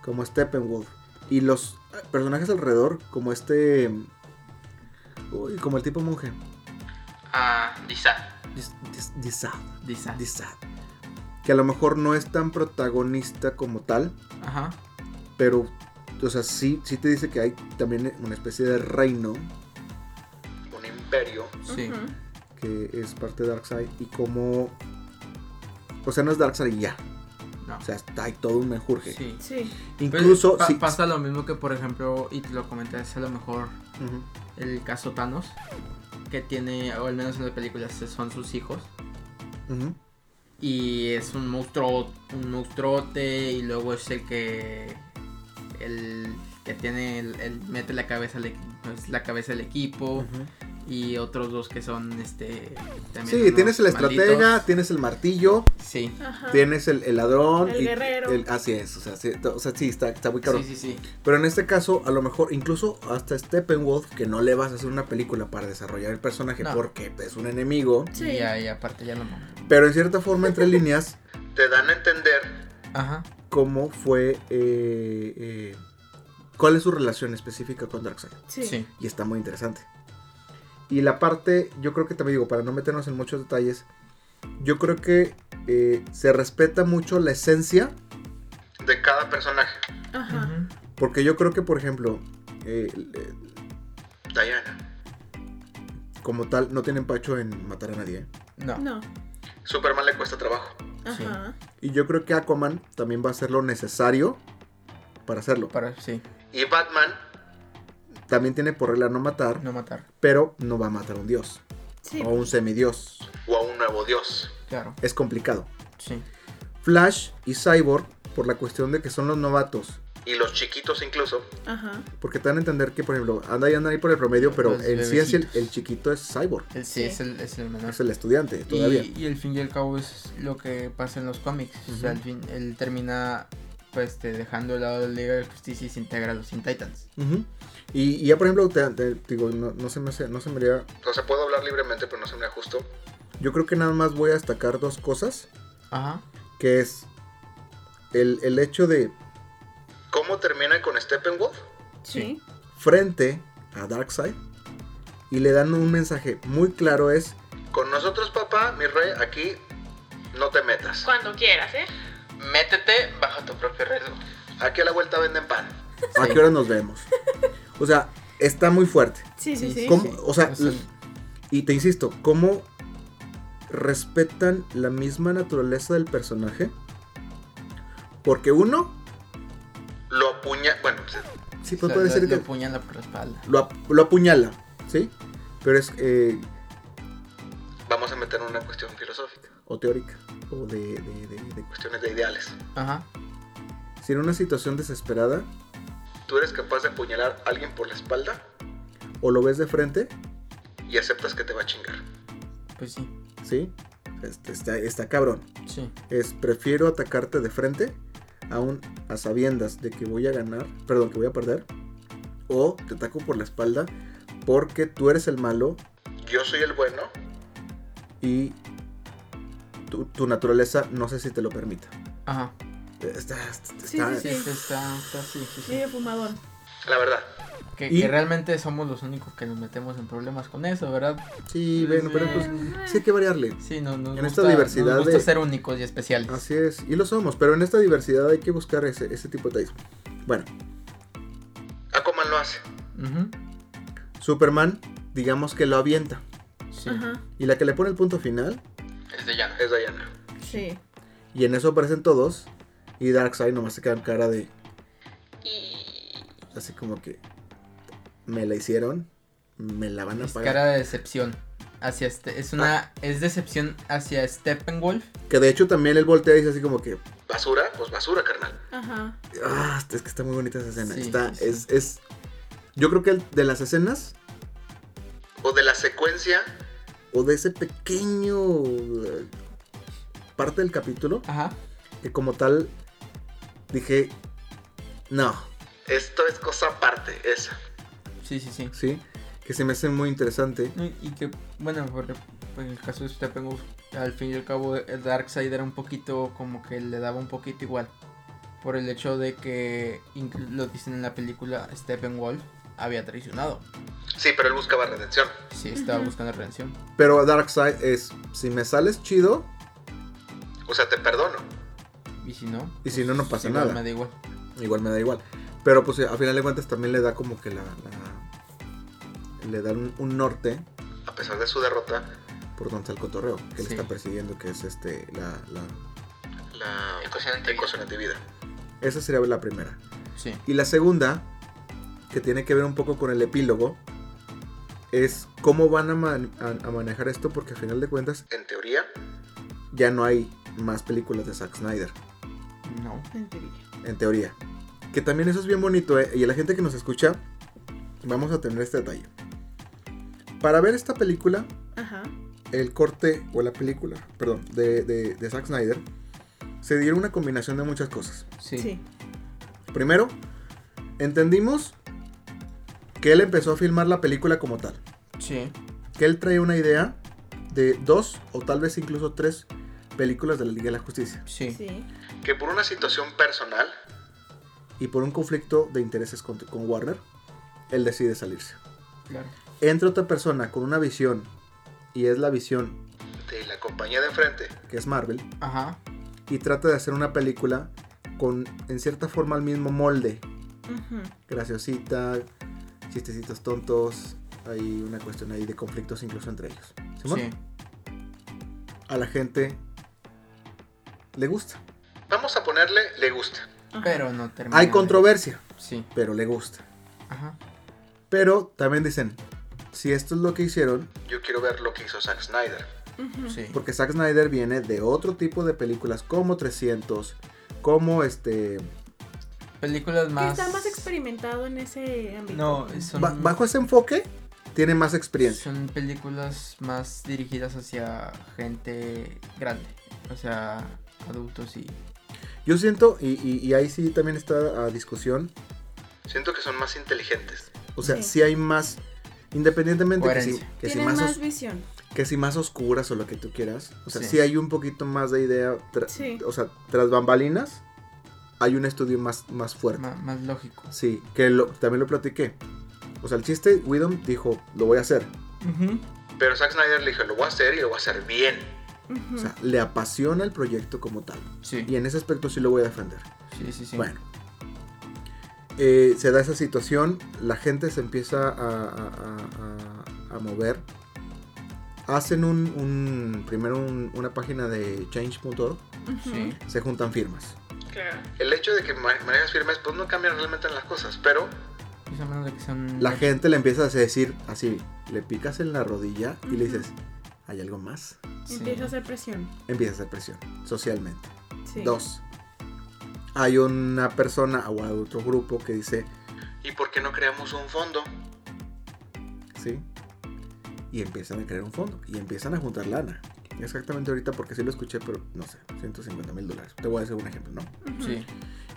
Speaker 1: como Steppenwolf, y los eh, personajes alrededor, como este... Uy, como el tipo monje.
Speaker 5: Ah, Lisa.
Speaker 1: Dis- dis- Disa-
Speaker 3: Disa.
Speaker 1: Disa, Que a lo mejor no es tan protagonista como tal,
Speaker 3: Ajá.
Speaker 1: pero... O sea, sí, sí te dice que hay también una especie de reino
Speaker 2: Un imperio.
Speaker 3: Sí.
Speaker 4: Ujú.
Speaker 1: que es parte de Darkseid y cómo... O sea, no es Darkseid y ya.
Speaker 3: No.
Speaker 1: O sea, está ahí todo un menjurje.
Speaker 3: Sí.
Speaker 4: Sí.
Speaker 1: Incluso...
Speaker 3: Pues, pa-
Speaker 1: sí-
Speaker 3: pasa lo mismo que, por ejemplo, y te lo comenté, es a lo mejor
Speaker 1: Ujú.
Speaker 3: el caso Thanos, que tiene, o al menos en las películas, son sus hijos.
Speaker 1: Ujú.
Speaker 3: Y es un monstruo, un monstruote, y luego es el que, el que tiene, el, el- mete la cabeza, al equi- es la cabeza del equipo, y otros dos que son, este, también
Speaker 1: Sí,
Speaker 3: unos
Speaker 1: tienes el estratega,
Speaker 3: malditos.
Speaker 1: tienes el martillo,
Speaker 3: Sí,
Speaker 4: Ajá.
Speaker 1: tienes el, el ladrón.
Speaker 4: Ah. El guerrero.
Speaker 1: el- así es, o sea, sí, o sea, sí, está, está muy caro.
Speaker 3: sí, sí, sí.
Speaker 1: Pero en este caso, a lo mejor, incluso hasta Steppenwolf, que no le vas a hacer una película para desarrollar el personaje
Speaker 3: No.
Speaker 1: porque es un enemigo,
Speaker 4: Sí.
Speaker 3: Y, ahí aparte ya lo mamó.
Speaker 1: pero en cierta forma, entre líneas,
Speaker 2: Te dan a entender
Speaker 3: Ajá.
Speaker 1: cómo fue... eh, eh, ¿Cuál es su relación específica con Darkseid?
Speaker 4: Sí.
Speaker 3: sí.
Speaker 1: y está muy interesante. Y la parte, yo creo que también digo, para no meternos en muchos detalles, yo creo que eh, se respeta mucho la esencia,
Speaker 2: de cada personaje.
Speaker 4: Ajá.
Speaker 3: Ujú.
Speaker 1: porque yo creo que, por ejemplo, eh, eh,
Speaker 2: Diana.
Speaker 1: como tal, no tienen pacho en matar a nadie. ¿eh?
Speaker 3: No.
Speaker 4: No.
Speaker 2: Superman le cuesta trabajo.
Speaker 4: Ajá.
Speaker 1: Y yo creo que Aquaman también va a hacer lo necesario para hacerlo.
Speaker 3: Para, sí,
Speaker 2: Y Batman,
Speaker 1: También tiene por regla no matar,
Speaker 3: no matar,
Speaker 1: pero no va a matar a un dios
Speaker 4: Sí.
Speaker 1: o a un semidios.
Speaker 2: o a un nuevo dios.
Speaker 3: claro,
Speaker 1: Es complicado.
Speaker 3: sí.
Speaker 1: Flash y Cyborg, por la cuestión de que son los novatos,
Speaker 2: Y los chiquitos incluso.
Speaker 4: Ajá.
Speaker 1: Porque te van a entender que, por ejemplo, anda y anda ahí por el promedio, pero
Speaker 3: Los
Speaker 1: en sí es el,
Speaker 3: bebecitos.
Speaker 1: el chiquito es cyborg,
Speaker 3: El sí,
Speaker 4: Sí.
Speaker 3: Es, el, es el menor.
Speaker 1: es el estudiante todavía.
Speaker 3: Y, y el fin y el cabo es lo que pasa en los cómics. O sea,
Speaker 1: Ujú.
Speaker 3: al fin, él termina pues, este, dejando de lado la Liga de Justicia y se integra a los Teen Titans.
Speaker 1: Ujú. Y, y ya, por ejemplo, te, te- digo, no, no se me hace- no se me haría-
Speaker 2: O sea, puedo hablar libremente, pero no se me ajusto.
Speaker 1: Yo creo que nada más voy a destacar dos cosas,
Speaker 3: Ajá.
Speaker 1: que es el, el hecho de
Speaker 2: ¿Cómo termina con Steppenwolf?
Speaker 4: Sí.
Speaker 1: frente a Darkseid y le dan un mensaje muy claro es,
Speaker 2: Con nosotros, papá, mi rey, aquí no te metas.
Speaker 6: Cuando quieras, ¿eh?
Speaker 5: Métete bajo tu propio riesgo.
Speaker 2: Aquí a la vuelta venden pan.
Speaker 1: ¿a qué hora nos vemos? O sea, está muy fuerte.
Speaker 4: Sí, sí, sí.
Speaker 1: ¿Cómo? O sea,
Speaker 3: Es el-
Speaker 1: Y te insisto, ¿cómo respetan la misma naturaleza del personaje? Porque uno
Speaker 2: Lo apuña. Bueno, pues,
Speaker 1: sí,
Speaker 3: lo-
Speaker 1: pues puede
Speaker 3: lo-
Speaker 1: ser
Speaker 3: lo
Speaker 1: que
Speaker 3: apuñala por la espalda.
Speaker 1: lo, ap- lo apuñala, ¿sí? Pero es eh,
Speaker 2: vamos a meter una cuestión filosófica.
Speaker 1: o teórica o de, de, de- de-
Speaker 2: Cuestiones de ideales.
Speaker 3: Ajá.
Speaker 1: si en una situación desesperada
Speaker 2: Tú eres capaz de apuñalar a alguien por la espalda
Speaker 1: o lo ves de frente,
Speaker 2: y aceptas que te va a chingar.
Speaker 3: Pues sí.
Speaker 1: ¿sí? Este, está, está cabrón.
Speaker 3: Sí.
Speaker 1: Es prefiero atacarte de frente aún a sabiendas de que voy a ganar, perdón, que voy a perder o te ataco por la espalda porque tú eres el malo
Speaker 2: Yo soy el bueno.
Speaker 1: y tu, tu naturaleza no sé si te lo permita.
Speaker 3: Ajá.
Speaker 1: Está, está-
Speaker 4: Sí,
Speaker 1: está-
Speaker 3: Sí, está, está así. sí, sí.
Speaker 4: Medio fumador.
Speaker 2: La verdad.
Speaker 3: Que,
Speaker 1: Y-
Speaker 3: que realmente somos los únicos que nos metemos en problemas con eso, ¿verdad?
Speaker 1: sí, bueno, pero pues sí hay que variarle.
Speaker 3: Sí, no, nos
Speaker 1: En
Speaker 3: gusta,
Speaker 1: esta diversidad
Speaker 3: nos gusta
Speaker 1: de- Ah,
Speaker 3: ser únicos y especiales.
Speaker 1: Así es, y lo somos, pero en esta diversidad hay que buscar ese, ese tipo de detalles. Bueno,
Speaker 2: Aquaman lo hace.
Speaker 3: Ujú.
Speaker 1: Superman, digamos que lo avienta.
Speaker 3: Sí.
Speaker 4: Ajá.
Speaker 1: Y la que le pone el punto final
Speaker 5: Es de llano.
Speaker 2: Es Diana.
Speaker 4: Sí.
Speaker 1: Y en eso aparecen todos. Y Darkseid nomás se queda en cara de.
Speaker 6: Y.
Speaker 1: Así como que. Me la hicieron. Me la van a
Speaker 3: Es
Speaker 1: pagar.
Speaker 3: cara de decepción. Hacia este, es una
Speaker 1: Ah.
Speaker 3: es decepción hacia Steppenwolf.
Speaker 1: Que de hecho también él voltea y dice así como que.
Speaker 2: Basura, pues basura, carnal.
Speaker 4: Ajá.
Speaker 1: "Ah, es que está muy bonita esa escena.
Speaker 3: Sí,
Speaker 1: está,
Speaker 3: sí, sí.
Speaker 1: Es, es. Yo creo que el- de las escenas.
Speaker 2: O de la secuencia.
Speaker 1: O de ese pequeño. eh, Parte del capítulo.
Speaker 3: Ajá.
Speaker 1: Que como tal. Dije. No.
Speaker 2: Esto es cosa aparte, esa.
Speaker 3: Sí, sí, sí.
Speaker 1: ¿Sí? Que se me hace muy interesante.
Speaker 3: No, Y que, bueno, porque en el caso de Steppenwolf, al fin y al cabo, el Darkseid era un poquito como que le daba un poquito igual. Por el hecho de que, inclu- lo dicen en la película, Steppenwolf había traicionado.
Speaker 2: Sí, pero él buscaba redención.
Speaker 3: Sí, estaba
Speaker 4: Ujú.
Speaker 3: buscando redención.
Speaker 1: Pero Darkseid es. Si me sales chido.
Speaker 2: O sea, te perdono.
Speaker 3: Y si no.
Speaker 1: Y si no, no pasa
Speaker 3: igual
Speaker 1: nada.
Speaker 3: Me da igual.
Speaker 1: Igual me da igual. Pero pues a final de cuentas también le da como que la. la- le da un, un norte
Speaker 2: A pesar de su derrota,
Speaker 1: por donde está el cotorreo. Que
Speaker 3: Sí.
Speaker 1: le está persiguiendo, que es este. La, la-
Speaker 2: la
Speaker 5: Ecuación antivida.
Speaker 2: ecuación antivida.
Speaker 1: Esa sería la primera.
Speaker 3: Sí.
Speaker 1: Y la segunda, que tiene que ver un poco con el epílogo, es cómo van a, man- a- a manejar esto, porque a final de cuentas
Speaker 2: En teoría,
Speaker 1: ya no hay más películas de Zack Snyder.
Speaker 3: No.
Speaker 4: En teoría.
Speaker 1: en teoría. Que también eso es bien bonito, ¿eh? Y a la gente que nos escucha, vamos a tener este detalle. Para ver esta película,
Speaker 4: Ajá.
Speaker 1: el corte, o la película, perdón, de, de, de Zack Snyder, se dieron una combinación de muchas cosas.
Speaker 3: Sí.
Speaker 4: Sí.
Speaker 1: Primero, entendimos que él empezó a filmar la película como tal.
Speaker 3: Sí.
Speaker 1: Que él traía una idea de dos o tal vez incluso tres películas de la Liga de la Justicia.
Speaker 3: Sí.
Speaker 4: Sí.
Speaker 2: que por una situación personal,
Speaker 1: Y por un conflicto de intereses con- con Warner, él decide salirse.
Speaker 3: Claro.
Speaker 1: entra otra persona con una visión, y es la visión
Speaker 2: de la compañía de enfrente,
Speaker 1: que es Marvel,
Speaker 3: Ajá.
Speaker 1: y trata de hacer una película con, en cierta forma, el mismo molde.
Speaker 4: Ujú.
Speaker 1: Graciosita, chistecitos tontos, hay una cuestión ahí de conflictos incluso entre ellos. ¿Simón?
Speaker 3: Sí.
Speaker 1: A la gente le gusta.
Speaker 2: vamos a ponerle le gusta.
Speaker 4: Ajá.
Speaker 3: Pero no termina.
Speaker 1: Hay
Speaker 3: de-
Speaker 1: controversia,
Speaker 3: Sí.
Speaker 1: pero le gusta.
Speaker 3: Ajá.
Speaker 1: Pero también dicen, si esto es lo que hicieron,
Speaker 2: Yo quiero ver lo que hizo Zack Snyder.
Speaker 4: Ujú.
Speaker 3: Sí.
Speaker 1: Porque Zack Snyder viene de otro tipo de películas como 300, como este...
Speaker 3: Películas
Speaker 4: Que
Speaker 3: más.
Speaker 4: está más experimentado en ese ámbito.
Speaker 3: No, eh, son.
Speaker 1: Ba- bajo ese enfoque, tiene más experiencia.
Speaker 3: Son películas más dirigidas hacia gente grande, o sea, adultos y...
Speaker 1: Yo siento, y, y- y ahí sí también está a discusión,
Speaker 2: Siento que son más inteligentes.
Speaker 1: o sea,
Speaker 4: Sí.
Speaker 1: si hay más, independientemente que si,
Speaker 3: Coherencia.
Speaker 1: que, si
Speaker 4: Tienen
Speaker 1: más
Speaker 4: más,
Speaker 1: os-
Speaker 4: visión.
Speaker 1: que si más oscuras o lo que tú quieras, o sea,
Speaker 3: Sí.
Speaker 1: si hay un poquito más de idea, tra-
Speaker 4: Sí.
Speaker 1: o sea, tras bambalinas, hay un estudio más, más fuerte.
Speaker 3: ma- más lógicos.
Speaker 1: Sí, que lo- también lo platiqué. O sea, el chiste, Widom dijo, lo voy a hacer.
Speaker 2: Pero Zack Snyder le dijo, lo voy a hacer y lo voy a hacer bien.
Speaker 4: Ujú.
Speaker 1: O sea, le apasiona el proyecto como tal.
Speaker 3: Sí,
Speaker 1: Y en ese aspecto sí lo voy a defender.
Speaker 3: sí, sí, sí.
Speaker 1: Bueno. Eh, se da esa situación, la gente se empieza a, a- a- a- a mover. Hacen un, un- primero un- una página de change.org,
Speaker 4: Ujú.
Speaker 3: Sí,
Speaker 1: se juntan firmas.
Speaker 6: Claro.
Speaker 2: El hecho de que ma- manejas firmes, pues no cambian realmente las cosas, pero
Speaker 3: pues a menos de que son...
Speaker 1: La gente le empieza a decir así, le picas en la rodilla y le dices, ¿hay algo más?
Speaker 3: Sí.
Speaker 4: Empieza a hacer presión.
Speaker 1: Empieza a hacer presión, socialmente.
Speaker 4: Sí.
Speaker 1: Dos, hay una persona o otro grupo que dice,
Speaker 2: ¿y por qué no creamos un fondo?
Speaker 1: ¿sí? Y empiezan a crear un fondo y empiezan a juntar lana. Exactamente ahorita porque sí lo escuché, pero no sé, 150 mil dólares. Te voy a hacer un ejemplo, ¿no?
Speaker 4: Ujú.
Speaker 3: Sí,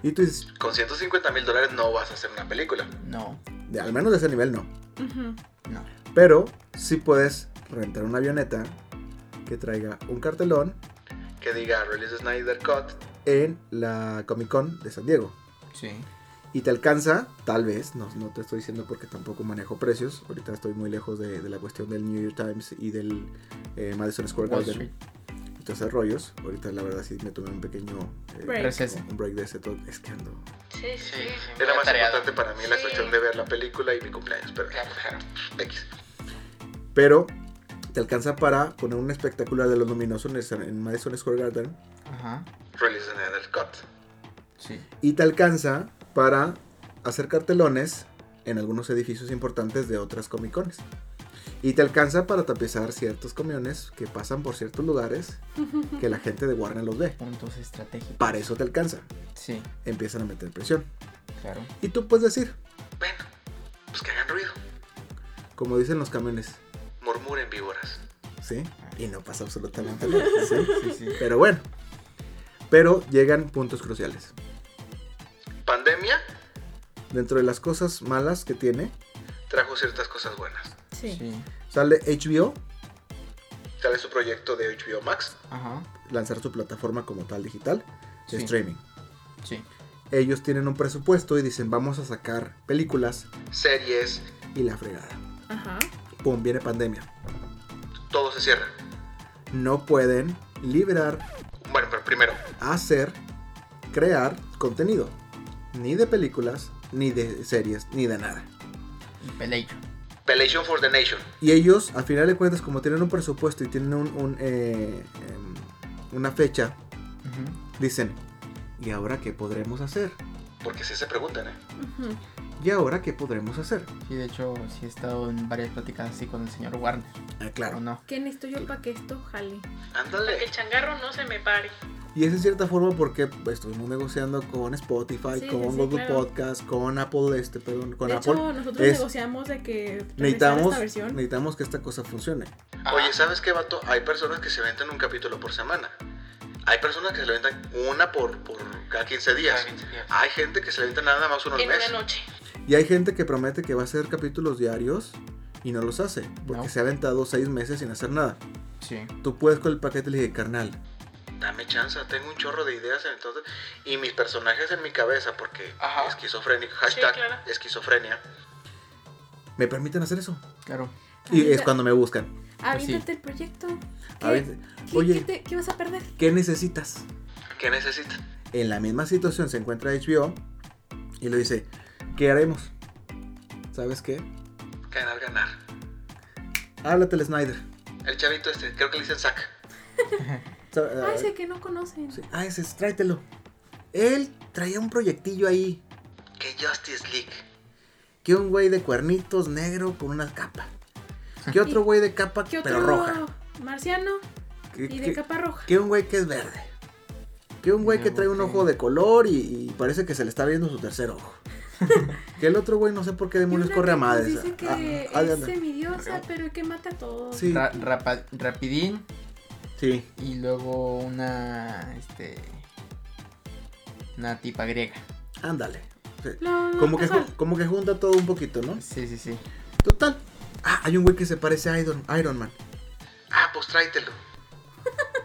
Speaker 1: Y tú dices,
Speaker 2: Con 150 mil dólares no vas a hacer una película.
Speaker 3: no,
Speaker 1: de, al menos de ese nivel no.
Speaker 4: Ujú.
Speaker 3: no.
Speaker 1: Pero sí puedes rentar una avioneta que traiga un cartelón
Speaker 2: Que diga, release Snyder Cut.
Speaker 1: en la Comic Con de San Diego.
Speaker 3: Sí,
Speaker 1: Y te alcanza, tal vez, no, no te estoy diciendo porque tampoco manejo precios. Ahorita estoy muy lejos de, de la cuestión del New York Times y del eh, Madison Square
Speaker 3: Wall
Speaker 1: Garden.
Speaker 3: Street.
Speaker 1: y todos esos rollos. Ahorita la verdad sí me tomé un pequeño eh,
Speaker 4: Break.
Speaker 3: Receso.
Speaker 1: un break de ese todo. Es que ando.
Speaker 6: Sí, sí.
Speaker 2: Era más
Speaker 5: Atareado.
Speaker 2: importante para mí la
Speaker 6: Sí.
Speaker 2: cuestión de ver la película y mi cumpleaños, pero
Speaker 5: Claro, claro.
Speaker 2: X.
Speaker 1: Pero te alcanza para poner un espectacular de los luminosos en, el- en Madison Square Garden
Speaker 3: Ajá,
Speaker 2: Release the Nether Cut.
Speaker 3: Sí.
Speaker 1: y te alcanza para hacer cartelones en algunos edificios importantes de otras comicones. Y te alcanza para tapizar ciertos camiones que pasan por ciertos lugares que la gente de Warner los ve.
Speaker 3: Puntos estratégicos.
Speaker 1: Para eso te alcanza.
Speaker 3: Sí,
Speaker 1: Empiezan a meter presión.
Speaker 3: claro.
Speaker 1: Y tú puedes decir,
Speaker 2: Bueno, pues que hagan ruido.
Speaker 1: como dicen los camiones,
Speaker 2: Murmuren víboras.
Speaker 1: ¿sí? Y no pasa absolutamente nada. ¿sí?
Speaker 3: Sí, sí.
Speaker 1: Pero bueno. Pero llegan puntos cruciales.
Speaker 2: Pandemia
Speaker 1: Dentro de las cosas malas que tiene,
Speaker 2: trajo ciertas cosas buenas.
Speaker 4: Sí.
Speaker 3: Sí.
Speaker 1: sale HBO
Speaker 2: Sale su proyecto de HBO Max.
Speaker 3: Ajá.
Speaker 1: lanzar su plataforma como tal digital de
Speaker 3: Sí.
Speaker 1: streaming.
Speaker 3: Sí.
Speaker 1: ellos tienen un presupuesto y dicen vamos a sacar películas
Speaker 2: Series.
Speaker 1: y la fregada.
Speaker 4: Ajá.
Speaker 1: Pum, viene pandemia.
Speaker 2: Todo se cierra.
Speaker 1: No pueden liberar,
Speaker 2: Bueno, pero primero,
Speaker 1: hacer, crear contenido. Ni de películas, ni de series, ni de nada.
Speaker 3: Y Peleito.
Speaker 2: Pelation for the Nation.
Speaker 1: Y ellos, al final de cuentas, como tienen un presupuesto y tienen un- un, eh, em, una fecha,
Speaker 3: Ujú.
Speaker 1: dicen, ¿y ahora qué podremos hacer?
Speaker 2: Porque si se preguntan, ¿eh?
Speaker 4: Ujú.
Speaker 1: ¿Y ahora qué podremos hacer?
Speaker 3: Sí, de hecho, sí he estado en varias pláticas así con el señor Warner.
Speaker 1: Ah,
Speaker 3: ¿O
Speaker 1: claro.
Speaker 3: no?
Speaker 4: ¿Qué necesito yo para que esto jale?
Speaker 6: Que
Speaker 2: Ándale.
Speaker 6: el changarro no se me pare.
Speaker 1: Y es en cierta forma porque pues, estuvimos negociando con Spotify,
Speaker 4: Sí,
Speaker 1: con
Speaker 4: sí, sí,
Speaker 1: Google
Speaker 4: claro.
Speaker 1: Podcast, con Apple, este, perdón, con
Speaker 4: de
Speaker 1: Apple.
Speaker 4: hecho, nosotros
Speaker 1: es-
Speaker 4: negociamos de que regresar
Speaker 1: necesitamos,
Speaker 4: esta versión.
Speaker 1: necesitamos que esta cosa funcione.
Speaker 2: Oye, ¿sabes qué, vato? Hay personas que se venden un capítulo por semana. Hay personas que se le vendan una por, por cada 15 días. Hay gente que se le venden nada más uno al
Speaker 6: En una
Speaker 2: mes.
Speaker 6: noche.
Speaker 1: Y hay gente que promete que va a hacer capítulos diarios y no los hace, porque
Speaker 3: No.
Speaker 1: se ha aventado seis meses sin hacer nada.
Speaker 3: Sí.
Speaker 1: Tú puedes con el paquete y le dije, carnal,
Speaker 2: Dame chance, tengo un chorro de ideas en entonces. Y mis personajes en mi cabeza, porque
Speaker 5: Ajá.
Speaker 2: esquizofrénico, hashtag
Speaker 6: claro.
Speaker 2: esquizofrenia.
Speaker 1: ¿me permiten hacer eso?
Speaker 3: Claro.
Speaker 1: Y
Speaker 4: Avienta-
Speaker 1: es cuando me buscan.
Speaker 4: Aviéntate el proyecto. ¿Qué,
Speaker 1: A ver,
Speaker 4: qué-
Speaker 1: oye.
Speaker 4: qué te- qué vas a perder?
Speaker 1: ¿Qué necesitas?
Speaker 2: ¿Qué necesitan?
Speaker 1: En la misma situación se encuentra HBO y le dice, ¿qué haremos? ¿Sabes qué?
Speaker 2: Ganar, ganar.
Speaker 1: Háblate al Snyder.
Speaker 2: El chavito este, creo que le dicen sac.
Speaker 1: Sa-
Speaker 4: Ah, ese que no conocen.
Speaker 1: sí. Ah, ese, tráetelo. Él traía un proyectillo ahí,
Speaker 2: Que Justice League.
Speaker 1: que un güey de cuernitos negro con una capa.
Speaker 4: <laughs>
Speaker 1: Que otro güey de capa
Speaker 4: ¿Qué otro
Speaker 1: pero roja.
Speaker 4: marciano
Speaker 1: Que,
Speaker 4: y de
Speaker 1: que-
Speaker 4: capa roja?
Speaker 1: que un güey que es verde. Que un güey que trae un
Speaker 3: Ok.
Speaker 1: ojo de color y, y parece que se le está viendo su tercer
Speaker 3: <laughs>
Speaker 1: ojo. que el otro güey no sé por qué
Speaker 4: Y
Speaker 1: demonios
Speaker 4: una
Speaker 1: corre a
Speaker 4: que nos
Speaker 1: madres.
Speaker 4: Dice que
Speaker 1: Ah,
Speaker 4: es
Speaker 1: ah, anda.
Speaker 4: semidiosa, pero que mata a todos.
Speaker 1: Sí,
Speaker 3: Ra- rapa- rapidín
Speaker 1: sí.
Speaker 3: y luego una. Este. Una tipa griega.
Speaker 1: Ándale. Sí.
Speaker 4: Lo- lo
Speaker 1: Como que,
Speaker 4: casual.
Speaker 1: ju- como que junta todo un poquito, ¿no?
Speaker 3: Sí, sí, sí.
Speaker 1: Total. Ah, hay un güey que se parece a Iron, Iron Man.
Speaker 2: Ah, pues tráetelo.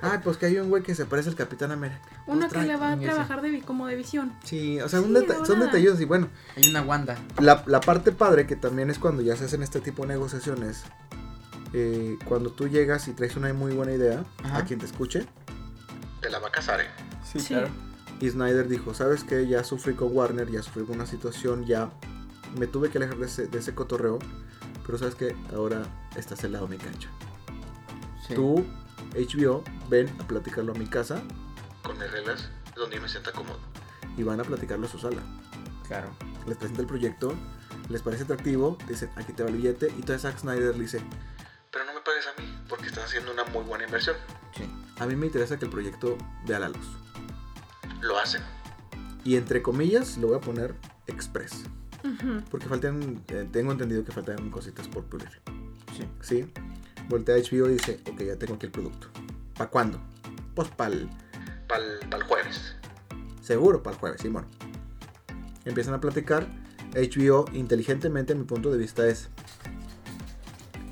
Speaker 1: Ah, pues que hay un güey que se parece al Capitán América.
Speaker 4: Uno que
Speaker 1: Otra-
Speaker 4: le va a
Speaker 3: ese.
Speaker 4: trabajar de, vi- como de visión.
Speaker 1: Sí, o sea, un
Speaker 4: Sí,
Speaker 1: deta-
Speaker 4: de
Speaker 1: son
Speaker 4: volada.
Speaker 1: detallitos y bueno,
Speaker 3: Hay una Wanda.
Speaker 1: la, la parte padre que también es cuando ya se hacen este tipo de negociaciones, eh, cuando tú llegas y traes una muy buena idea
Speaker 3: Ajá.
Speaker 1: a quien te escuche,
Speaker 2: Te la va a casar, ¿eh?
Speaker 4: Sí. claro.
Speaker 1: y Snyder dijo, ¿sabes qué? Ya sufrí con Warner, ya sufrí con una situación, ya me tuve que alejar de ese, de ese cotorreo, pero ¿sabes qué? Ahora estás al lado de mi cancha.
Speaker 3: Sí.
Speaker 1: Tú, HBO, ven a platicarlo a mi casa
Speaker 2: Con mis reglas, donde yo me sienta cómodo.
Speaker 1: y van a platicarlo a su sala.
Speaker 3: Claro.
Speaker 1: les presenta el proyecto, les parece atractivo, dicen, aquí te va el billete, y entonces Zack Snyder le dice,
Speaker 2: Pero no me pagues a mí, porque estás haciendo una muy buena inversión.
Speaker 3: Sí.
Speaker 1: a mí me interesa que el proyecto vea la luz.
Speaker 2: Lo hacen.
Speaker 1: Y entre comillas lo voy a poner express,
Speaker 4: Ujú.
Speaker 1: porque faltan, eh, tengo entendido que faltan cositas por pulir.
Speaker 3: Sí.
Speaker 1: ¿Sí? Voltea a HBO y dice, ok, ya tengo aquí el producto. ¿Para cuándo? Pues para el,
Speaker 2: Pa'l, pa'l jueves.
Speaker 1: seguro, para el jueves, Simón. Empiezan a platicar, HBO inteligentemente, a mi punto de vista es,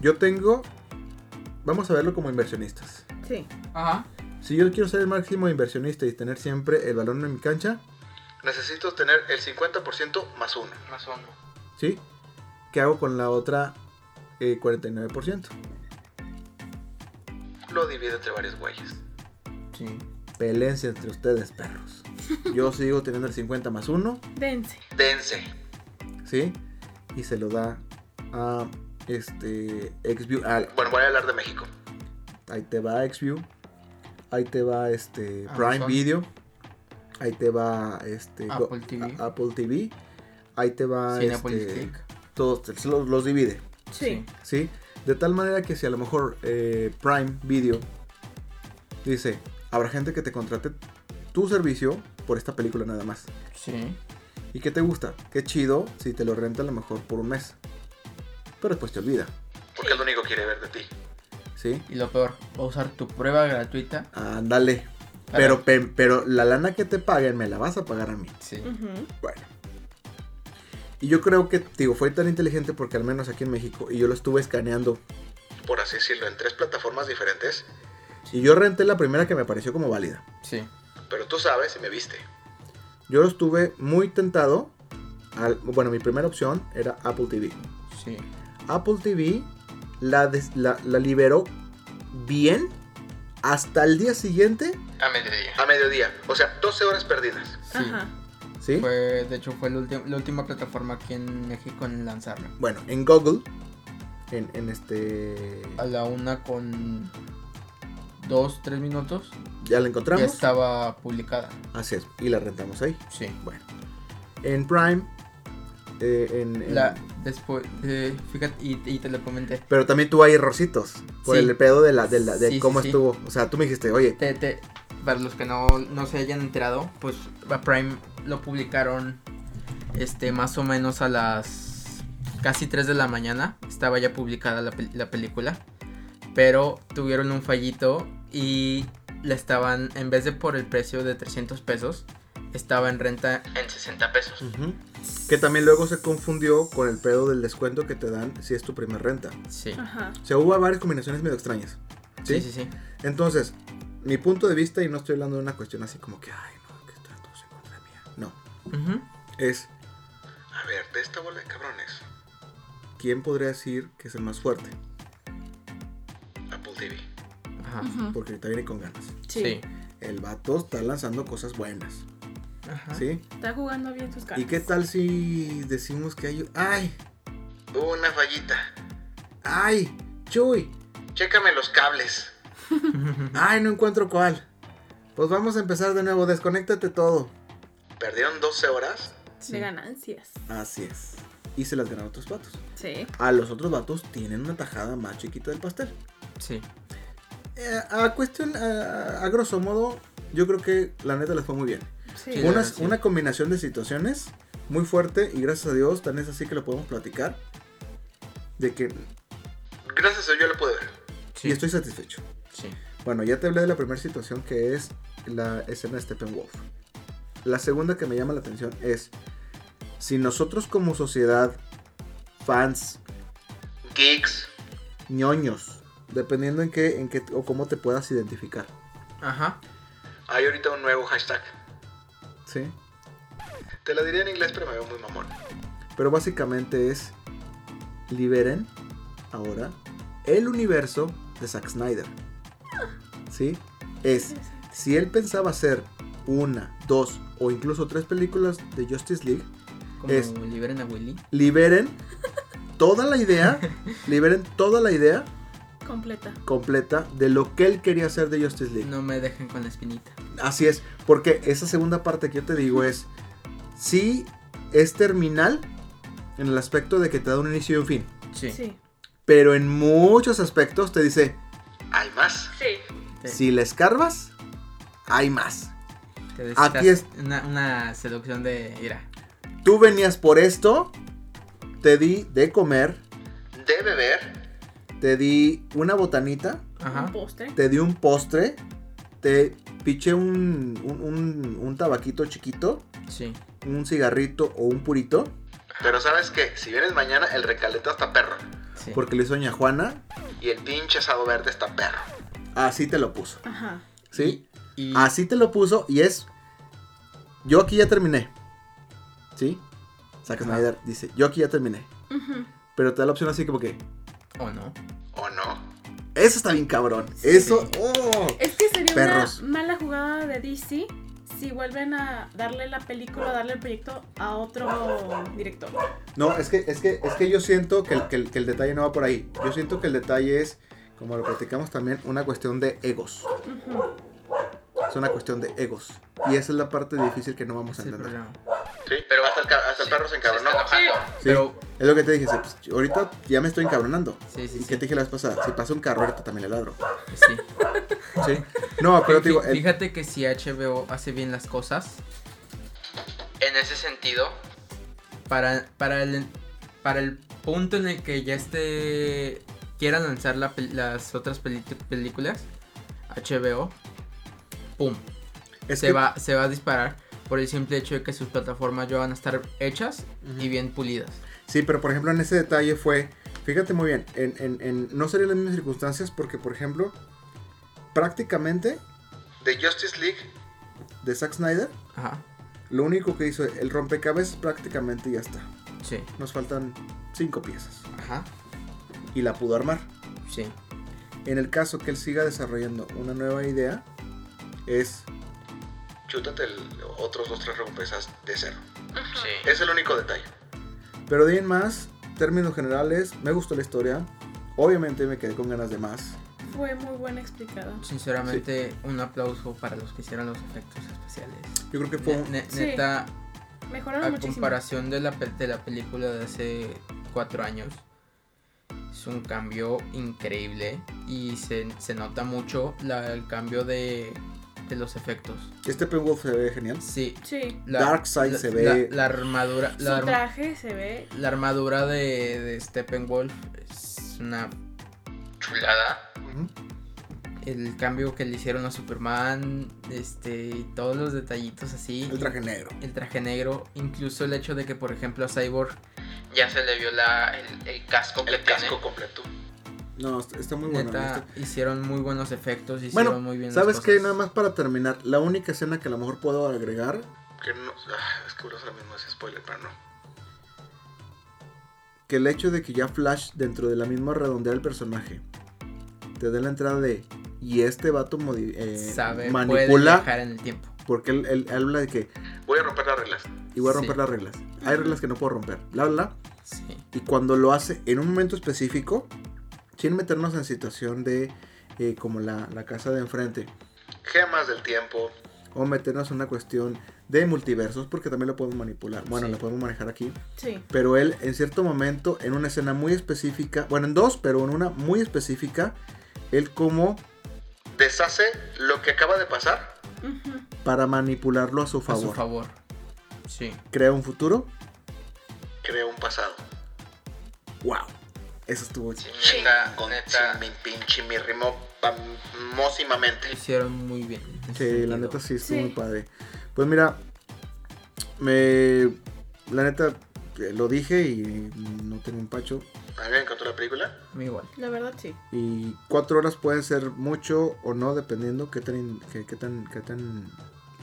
Speaker 1: yo tengo, vamos a verlo como inversionistas.
Speaker 4: Sí.
Speaker 3: Ajá.
Speaker 1: Si yo quiero ser el máximo inversionista y tener siempre el balón en mi cancha,
Speaker 2: Necesito tener el 50% más uno.
Speaker 5: Más uno.
Speaker 1: ¿sí? ¿Qué hago con la otra eh, 49%?
Speaker 2: Lo divide entre varios güeyes.
Speaker 3: Sí.
Speaker 1: Pelense entre ustedes, perros. Yo <laughs> sigo teniendo el 50 más 1,
Speaker 4: Dense.
Speaker 2: Dense.
Speaker 1: ¿sí? Y se lo da a este Xview. al-
Speaker 2: Bueno, voy a hablar de México.
Speaker 1: ahí te va Xview. Ahí te va este Prime
Speaker 3: Amazon.
Speaker 1: Video. Ahí te va este, go-
Speaker 3: Apple TV.
Speaker 1: a- Apple TV. Ahí te va
Speaker 3: Cinepolis
Speaker 1: este,
Speaker 3: Click.
Speaker 1: todos te- los, los divide,
Speaker 4: Sí.
Speaker 1: ¿sí? De tal manera que si a lo mejor eh, Prime Video dice, habrá gente que te contrate tu servicio por esta película nada más.
Speaker 3: Sí.
Speaker 1: ¿Y qué te gusta? Qué chido si te lo renta a lo mejor por un mes. Pero después te olvida,
Speaker 2: Porque es lo único que quiere ver de ti.
Speaker 1: ¿sí?
Speaker 3: Y lo peor, va a usar tu prueba gratuita.
Speaker 1: Ándale.
Speaker 3: para-
Speaker 1: Pero, pe- pero la lana que te paguen me la vas a pagar a mí.
Speaker 3: Sí.
Speaker 4: Ujú.
Speaker 1: Bueno. Y yo creo que, digo, fue tan inteligente porque al menos aquí en México, y yo lo estuve escaneando.
Speaker 2: Por así decirlo, en tres plataformas diferentes.
Speaker 1: Y yo renté la primera que me pareció como válida.
Speaker 3: Sí.
Speaker 2: Pero tú sabes y me viste.
Speaker 1: Yo lo estuve muy tentado. al- bueno, mi primera opción era Apple TV.
Speaker 3: Sí.
Speaker 1: Apple TV la, des- la, la liberó bien hasta el día siguiente,
Speaker 5: A mediodía.
Speaker 2: A mediodía. O sea, 12 horas perdidas.
Speaker 3: Sí.
Speaker 4: Ajá.
Speaker 1: ¿sí?
Speaker 3: Fue, de hecho, fue la, ulti- la última plataforma aquí en México en lanzarla.
Speaker 1: Bueno, en Google, en, en este...
Speaker 3: A la una con dos, tres minutos
Speaker 1: Ya la
Speaker 3: ya
Speaker 1: encontramos.
Speaker 3: estaba publicada.
Speaker 1: Así es, y la rentamos ahí.
Speaker 3: Sí.
Speaker 1: Bueno, en Prime, eh, en- en-
Speaker 3: La, después, eh, fíjate, y, y te lo comenté.
Speaker 1: Pero también tuvo ahí errorcitos por
Speaker 3: Sí.
Speaker 1: el pedo de la de, la- de
Speaker 3: Sí, sí,
Speaker 1: cómo
Speaker 3: sí.
Speaker 1: estuvo. O sea, tú me dijiste, oye,
Speaker 3: Te- te- E para los que no, no se hayan enterado, pues a Prime lo publicaron este, más o menos a las casi 3 de la mañana. Estaba ya publicada la, pel- la película. Pero tuvieron un fallito y la estaban, en vez de por el precio de 300 pesos, estaba en renta en 60 pesos.
Speaker 1: que también luego se confundió con el pedo del descuento que te dan si es tu primer renta.
Speaker 3: Sí.
Speaker 4: Ajá.
Speaker 1: O sea, hubo varias combinaciones medio extrañas. ¿sí?
Speaker 3: Sí, sí, sí.
Speaker 1: Entonces, mi punto de vista, y no estoy hablando de una cuestión así como que, ay, no, que están todos en contra mía. No,
Speaker 3: Ujú.
Speaker 1: es
Speaker 2: A ver, de esta bola de cabrones.
Speaker 1: quién podría decir que es el más fuerte,
Speaker 2: Apple TV.
Speaker 3: Ajá.
Speaker 4: Ujú.
Speaker 1: porque ahorita viene con ganas.
Speaker 4: Sí.
Speaker 3: Sí.
Speaker 1: El vato está lanzando cosas buenas,
Speaker 3: Ajá.
Speaker 1: ¿sí?
Speaker 4: Está jugando bien sus cartas.
Speaker 1: ¿Y qué tal si decimos que hay, ay,
Speaker 2: Una fallita.
Speaker 1: ay, Chuy,
Speaker 2: Chécame los cables.
Speaker 1: Ay, no encuentro cuál. Pues vamos a empezar de nuevo, desconéctate todo.
Speaker 2: Perdieron 12 horas.
Speaker 3: Sí.
Speaker 4: De ganancias.
Speaker 1: Así es. Y se las ganan otros vatos.
Speaker 4: Sí.
Speaker 1: A los otros vatos tienen una tajada más chiquita del pastel.
Speaker 3: Sí.
Speaker 1: Eh, a cuestión, a, a grosso modo, yo creo que la neta les fue muy bien.
Speaker 4: Sí.
Speaker 3: Sí,
Speaker 1: Unas-
Speaker 3: verdad,
Speaker 1: Una combinación de situaciones muy fuerte y gracias a Dios, tan es así que lo podemos platicar. De que...
Speaker 2: Gracias a Dios yo la pude ver.
Speaker 3: Sí.
Speaker 1: Y estoy satisfecho.
Speaker 3: Sí.
Speaker 1: Bueno, ya te hablé de la primera situación que es la escena de Steppenwolf. La segunda que me llama la atención es si nosotros como sociedad, fans,
Speaker 2: Geeks.
Speaker 1: ñoños, dependiendo en qué, en qué o cómo te puedas identificar,
Speaker 3: Ajá.
Speaker 2: Hay ahorita un nuevo hashtag.
Speaker 1: ¿sí?
Speaker 2: Te la diré en inglés, pero me veo muy mamón.
Speaker 1: Pero básicamente es liberen ahora el universo de Zack Snyder. ¿Sí? Es si él pensaba hacer una, dos o incluso tres películas de Justice League
Speaker 3: Como
Speaker 1: Es-
Speaker 3: liberen a Willy.
Speaker 1: liberen toda la idea, liberen toda la idea
Speaker 4: Completa.
Speaker 1: completa de lo que él quería hacer de Justice League.
Speaker 3: No me dejen con la espinita.
Speaker 1: Así es, porque esa segunda parte que yo te digo es, sí es terminal en el aspecto de que te da un inicio y un fin,
Speaker 3: Sí.
Speaker 4: Sí.
Speaker 1: pero en muchos aspectos te dice,
Speaker 2: Hay más.
Speaker 6: Sí.
Speaker 3: Te-
Speaker 1: si le escarbas, hay más.
Speaker 3: te
Speaker 1: aquí
Speaker 3: desquitas
Speaker 1: es-
Speaker 3: Una, una seducción de ira.
Speaker 1: Tú venías por esto, te di de comer,
Speaker 2: De beber.
Speaker 1: te di una botanita,
Speaker 3: Ajá.
Speaker 4: Un postre.
Speaker 1: te di un postre, te piché un, un, un- un tabaquito chiquito,
Speaker 3: Sí.
Speaker 1: un cigarrito o un purito,
Speaker 2: Pero sabes que si vienes mañana, el recaleta está perro.
Speaker 3: Sí.
Speaker 1: porque le hizo Ña Juana,
Speaker 2: Y el pinche asado verde está perro.
Speaker 1: así te lo puso.
Speaker 4: Ajá.
Speaker 1: ¿Sí?
Speaker 3: Y, y-
Speaker 1: Así te lo puso y es... Yo aquí ya terminé. ¿Sí? Zack
Speaker 3: Ajá.
Speaker 1: Snyder dice, yo aquí ya terminé.
Speaker 4: Ujú.
Speaker 1: Pero te da la opción así como que,
Speaker 3: ¿O no?
Speaker 2: ¿O no?
Speaker 1: eso está bien cabrón. Eso...
Speaker 3: Sí.
Speaker 1: ¡oh!
Speaker 4: Es que sería
Speaker 1: Perros.
Speaker 4: una mala jugada de DC si vuelven a darle la película, darle el proyecto a otro director.
Speaker 1: No, es que, es que, es que yo siento que el, que el- que el detalle no va por ahí. Yo siento que el detalle es, como lo platicamos también, una cuestión de egos.
Speaker 4: Ujú.
Speaker 1: Es una cuestión de egos. Y esa es la parte difícil que no vamos a
Speaker 3: Ese es el
Speaker 1: entender.
Speaker 3: problema.
Speaker 2: Sí, pero hasta el, ca- hasta el
Speaker 5: Sí,
Speaker 2: perro se encabronó.
Speaker 5: está enojando.
Speaker 1: Sí,
Speaker 3: Pero-
Speaker 1: es lo que te dije, se- pues, ahorita ya me estoy encabronando.
Speaker 3: Sí, sí,
Speaker 1: ¿Y
Speaker 3: sí.
Speaker 1: qué te dije la vez pasada? Si pasa un carro, ahorita también le ladro.
Speaker 3: Sí.
Speaker 1: Sí.
Speaker 3: <laughs>
Speaker 1: No, <laughs> pero te digo,
Speaker 3: Fí-
Speaker 1: el-
Speaker 3: Fíjate que si HBO hace bien las cosas,
Speaker 5: En ese sentido,
Speaker 3: para, para, el, para el punto en el que ya esté quiera lanzar la pel- las otras peli- películas, HBO, pum,
Speaker 1: es
Speaker 3: se,
Speaker 1: que-
Speaker 3: va, se va a disparar por el simple hecho de que sus plataformas ya van a estar hechas y bien pulidas.
Speaker 1: Sí, pero por ejemplo en ese detalle fue, fíjate muy bien, en, en- en- no serían las mismas circunstancias porque por ejemplo, prácticamente
Speaker 2: De Justice League,
Speaker 1: de Zack Snyder,
Speaker 3: Ajá,
Speaker 1: lo único que hizo, el rompecabezas prácticamente ya está.
Speaker 3: sí,
Speaker 1: Nos faltan cinco piezas
Speaker 3: ajá,
Speaker 1: y la pudo armar.
Speaker 3: sí.
Speaker 1: En el caso que él siga desarrollando una nueva idea, es
Speaker 2: chútate el- otros dos, tres rompesas de cero.
Speaker 5: sí.
Speaker 2: Es el único detalle.
Speaker 1: Pero de ahí en más, términos generales, me gustó la historia. Obviamente me quedé con ganas de más.
Speaker 4: Fue muy buena explicada.
Speaker 3: Sinceramente, un aplauso para los que hicieron los efectos especiales.
Speaker 1: Yo creo que fue
Speaker 3: Ne-
Speaker 1: un...
Speaker 3: ne-
Speaker 4: Sí.
Speaker 3: Neta,
Speaker 4: Mejoraron
Speaker 3: A
Speaker 4: muchísimo.
Speaker 3: comparación de la, pe- de la película de hace cuatro años, es un cambio increíble y se, se nota mucho la- el cambio de, de los efectos.
Speaker 1: Este Penwolf se ve genial.
Speaker 3: Sí,
Speaker 4: Sí.
Speaker 3: la,
Speaker 1: Darkseid
Speaker 3: la-
Speaker 1: se ve-
Speaker 3: La, la armadura,
Speaker 4: Su
Speaker 3: la, arm-
Speaker 4: traje se ve.
Speaker 3: la armadura de, de Steppenwolf es una.
Speaker 5: Chulada.
Speaker 1: Ujú.
Speaker 3: El cambio que le hicieron a Superman, este, y todos los detallitos así.
Speaker 1: El traje negro.
Speaker 3: El traje negro, incluso el hecho de que, por ejemplo, a Cyborg
Speaker 5: Ya se le vio la, el, el casco que
Speaker 2: El
Speaker 5: tiene.
Speaker 2: casco completo.
Speaker 1: No, está, está muy bueno.
Speaker 3: Neta,
Speaker 1: está-
Speaker 3: hicieron muy buenos efectos, hicieron
Speaker 1: Bueno,
Speaker 3: muy bien las
Speaker 1: ¿sabes qué?
Speaker 3: cosas.
Speaker 1: Nada más para terminar, la única escena que a lo mejor puedo agregar,
Speaker 2: Que no, ah, es que uno ahora mismo es spoiler, pero no.
Speaker 1: que el hecho de que ya Flash dentro de la misma redondea el personaje, te dé la entrada de, y este vato modi- eh,
Speaker 3: Sabe, puede
Speaker 1: manipula,
Speaker 3: viajar en el tiempo.
Speaker 1: porque él, él habla de que,
Speaker 2: Voy a romper las reglas.
Speaker 1: y voy a
Speaker 3: Sí.
Speaker 1: romper las reglas, hay reglas que no puedo romper, bla, bla, bla,
Speaker 3: Sí,
Speaker 1: y cuando lo hace en un momento específico, sin meternos en situación de eh, como la, la casa de enfrente,
Speaker 2: Gemas del tiempo.
Speaker 1: o meternos en una cuestión de multiversos, porque también lo podemos manipular, bueno,
Speaker 3: Sí.
Speaker 1: lo podemos manejar aquí.
Speaker 4: Sí.
Speaker 1: pero él en cierto momento, en una escena muy específica, bueno, en dos, pero en una muy específica, él como
Speaker 2: Deshace lo que acaba de pasar.
Speaker 4: Ujú.
Speaker 1: para manipularlo a su
Speaker 3: a
Speaker 1: favor,
Speaker 3: su favor. Sí,
Speaker 1: crea un futuro.
Speaker 2: Crea un pasado.
Speaker 1: ¡Wow! Eso estuvo
Speaker 5: Sí,
Speaker 1: chido.
Speaker 5: neta,
Speaker 2: Con
Speaker 5: neta.
Speaker 2: mi pinche mi rimo famosísimamente.
Speaker 3: hicieron muy bien. en ese
Speaker 1: Sí, la
Speaker 3: sentido.
Speaker 1: neta sí estuvo
Speaker 4: Sí.
Speaker 1: muy padre. Pues mira, me. La neta, eh, lo dije y no tengo un pacho.
Speaker 2: A mí me encantó la película.
Speaker 3: A mí igual.
Speaker 4: La verdad, sí.
Speaker 1: Y cuatro horas pueden ser mucho o no, dependiendo qué tan, in- qué, qué tan, qué tan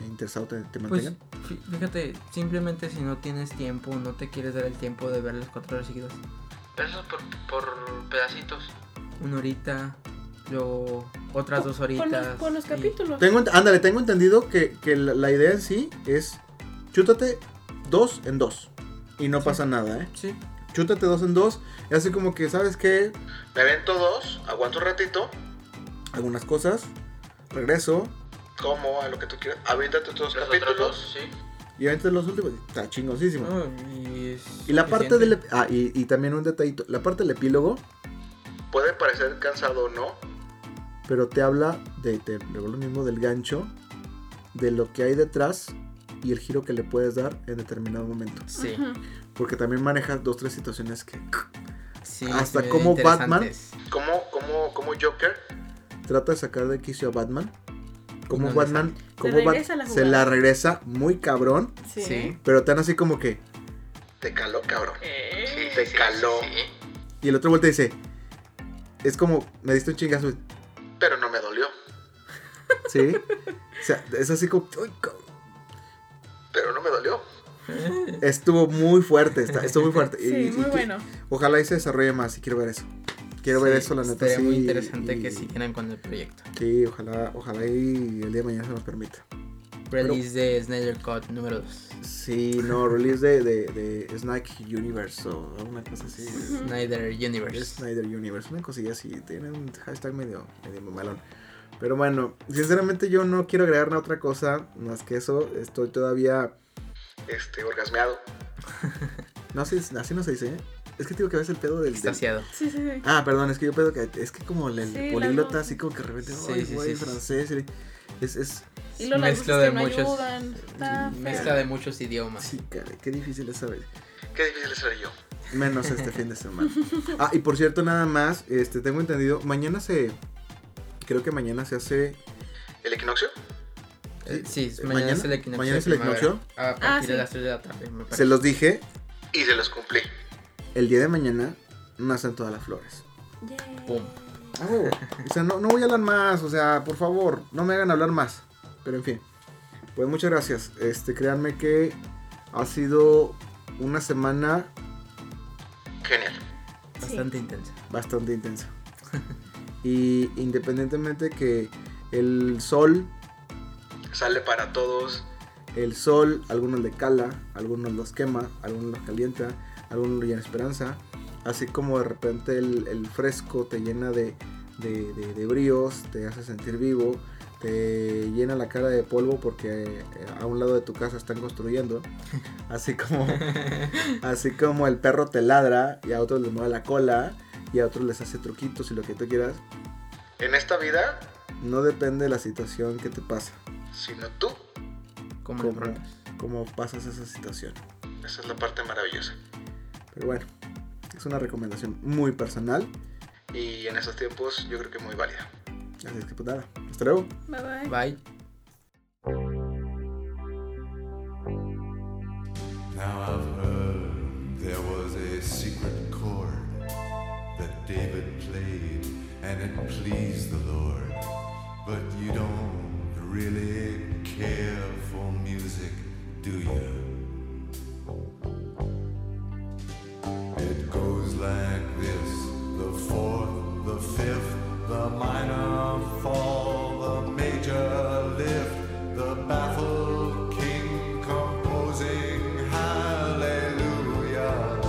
Speaker 1: interesado te, te
Speaker 3: Pues,
Speaker 1: mantengan.
Speaker 3: fí- fíjate, simplemente si no tienes tiempo, no te quieres dar el tiempo de ver las cuatro horas seguidas.
Speaker 5: Pero eso es por, por pedacitos.
Speaker 3: Una horita, luego otras dos horitas.
Speaker 4: Con los, con los
Speaker 3: y-
Speaker 4: capítulos.
Speaker 1: Tengo, ent- ándale, tengo entendido que, que la, la idea en sí es chútate dos en dos. Y no pasa nada, ¿eh?
Speaker 3: Sí,
Speaker 1: Chútate dos en dos. Y así como que, ¿sabes qué?
Speaker 2: Me avento dos, aguanto un ratito,
Speaker 1: Algunas cosas. Regreso.
Speaker 2: como a lo que tú quieras. Aviéntate todos los
Speaker 5: Los otros dos,
Speaker 2: capítulos.
Speaker 5: sí.
Speaker 1: Y ahorita los últimos. Está chingosísimo.
Speaker 3: no, y es
Speaker 1: y la parte
Speaker 3: suficiente.
Speaker 1: del... ep- Ah, y, y también un detallito. La parte del epílogo.
Speaker 2: Puede parecer cansado o no.
Speaker 1: Pero te habla de... Te luego lo mismo del gancho. De lo que hay detrás. Y el giro que le puedes dar en determinado momento.
Speaker 3: Sí,
Speaker 4: Ujú.
Speaker 1: Porque también manejas dos, tres situaciones que <laughs>
Speaker 3: sí,
Speaker 1: Hasta
Speaker 3: sí,
Speaker 1: como Batman.
Speaker 3: interesantes.
Speaker 2: Como, como, como Joker,
Speaker 1: trata de sacar de quicio a Batman. Como
Speaker 3: No le
Speaker 1: Batman, como Bat-
Speaker 4: regresa la
Speaker 1: se
Speaker 4: jugada.
Speaker 1: la regresa muy cabrón,
Speaker 4: Sí.
Speaker 3: Sí.
Speaker 1: pero tan así como que.
Speaker 2: te caló, cabrón.
Speaker 6: Eh,
Speaker 2: Sí, te caló,
Speaker 5: Sí.
Speaker 1: Y el otro vuelta y dice: Es como, me diste un chingazo.
Speaker 2: pero no me dolió.
Speaker 1: Sí. o sea, es así como. "Uy, cabrón".
Speaker 2: Pero no me dolió.
Speaker 1: Estuvo muy fuerte, está- estuvo muy fuerte. Y-
Speaker 4: Sí,
Speaker 1: y
Speaker 4: muy
Speaker 1: que-
Speaker 4: bueno.
Speaker 1: Ojalá y se desarrolle más y quiero ver eso. Quiero ver
Speaker 3: Sí,
Speaker 1: eso, la neta.
Speaker 3: Estaría
Speaker 1: sí,
Speaker 3: muy interesante
Speaker 1: y-
Speaker 3: que siguieran con el proyecto.
Speaker 1: Sí, ojalá, ojalá y el día de mañana se nos permita.
Speaker 3: Release de Snyder Cut número 2.
Speaker 1: <laughs> Sí, no, release de, de, de Snack Universe o alguna cosa así.
Speaker 4: Ujú.
Speaker 3: Snyder
Speaker 1: Es
Speaker 3: Universe.
Speaker 1: Snyder Universe, una cosilla así, tiene un hashtag medio, medio mamalón. Pero bueno, sinceramente yo no quiero agregar nada otra cosa más que eso. Estoy todavía.
Speaker 2: Este, orgasmeado.
Speaker 1: No sé, así no se dice, ¿eh? Es que digo que ves el pedo del. del-
Speaker 3: Estaciado.
Speaker 4: Sí, sí, sí.
Speaker 1: Ah, perdón, es que yo pedo que. Es que como el, el
Speaker 4: Sí, la
Speaker 1: políglota,
Speaker 4: no-
Speaker 1: así como que de repente.
Speaker 3: Sí,
Speaker 1: "Ay,
Speaker 3: sí,
Speaker 1: güey,
Speaker 3: sí, sí.
Speaker 1: francés. Es. es
Speaker 4: Y luego las
Speaker 3: Mezcla
Speaker 4: voces
Speaker 3: de
Speaker 4: que no
Speaker 3: muchos-
Speaker 4: ayudan. Está feo.
Speaker 3: Mezcla de muchos idiomas.
Speaker 1: sí, cara, qué difícil es saber.
Speaker 2: Qué difícil seré yo.
Speaker 1: Menos este fin de semana. <laughs> Ah, y por cierto, nada más, este, tengo entendido, mañana se. Creo que mañana se hace.
Speaker 2: ¿El equinoccio?
Speaker 3: Eh, Sí, es-
Speaker 1: eh,
Speaker 3: mañana, es el equinoccio.
Speaker 1: Mañana
Speaker 3: de
Speaker 1: es el
Speaker 3: primavera.
Speaker 1: equinoccio.
Speaker 3: A partir
Speaker 4: Ah, sí.
Speaker 3: de las 3 de la tarde, me
Speaker 1: Se
Speaker 3: parece.
Speaker 1: los dije,
Speaker 2: Y se los cumplí.
Speaker 1: el día de mañana nacen todas las flores.
Speaker 4: Yay.
Speaker 3: Pum.
Speaker 1: Ah, huevo. <laughs> O sea, no, no voy a hablar más, o sea, por favor, no me hagan hablar más. Pero en fin. Pues muchas gracias. Este, créanme que ha sido una semana
Speaker 2: Genial.
Speaker 3: Bastante intensa.
Speaker 1: bastante intensa. Y independientemente que el sol,
Speaker 2: Sale para todos.
Speaker 1: el sol, algunos le cala, algunos los quema, algunos los calienta, algunos llena esperanza. Así como de repente el, el fresco te llena de, de, de- de bríos, te hace sentir vivo, te llena la cara de polvo porque eh, a un lado de tu casa están construyendo. Así como, así como el perro te ladra y a otros les mueve la cola y a otros les hace truquitos y lo que tú quieras.
Speaker 2: En esta vida,
Speaker 1: No depende de la situación que te pasa,
Speaker 2: sino tú.
Speaker 3: Como
Speaker 1: Como-
Speaker 3: broncas.
Speaker 1: cómo pasas esa situación.
Speaker 2: Esa es la parte maravillosa.
Speaker 1: Pero bueno, es una recomendación muy personal.
Speaker 2: Y en estos tiempos, yo creo que muy válida.
Speaker 1: Así es que pues nada, hasta luego.
Speaker 4: Bye bye.
Speaker 3: Bye.
Speaker 7: Now I've heard there was a secret chord that David played and it pleased the Lord. But you don't really care for music, do you? It goes like this the fourth, the fifth, the minor fall, the major lift, the baffled king composing hallelujah.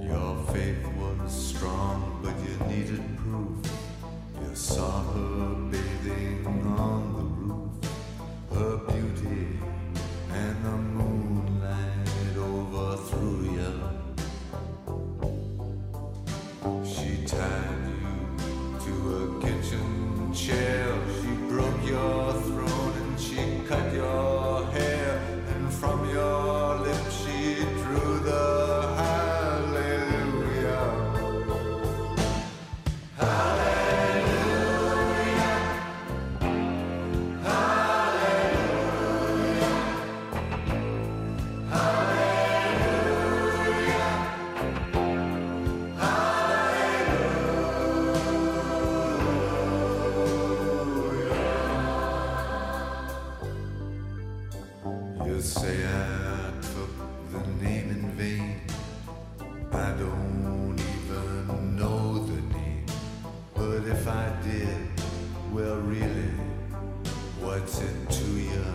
Speaker 7: Your faith was strong, but you needed proof. You saw her bathing on the roof, her beauty and the moonlight overthrew you. She tied you to a kitchen chair, she broke your throne and she cut your hair, and from your lips she drew the hallelujah. You say I took the name in vain. I don't even know the name. But if I did, well, really, what's it to you?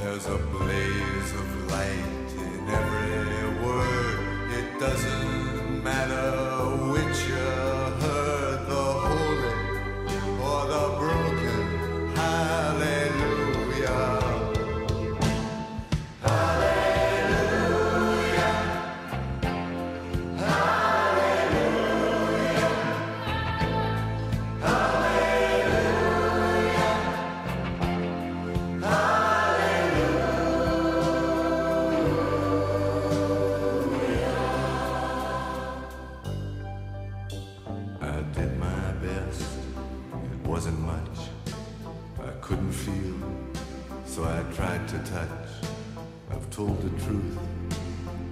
Speaker 7: There's a blaze of light in every word. It doesn't matter which you heard, the holy or the broken. Hallelujah. I did my best. It wasn't much. I couldn't feel, so I tried to touch. I've told the truth.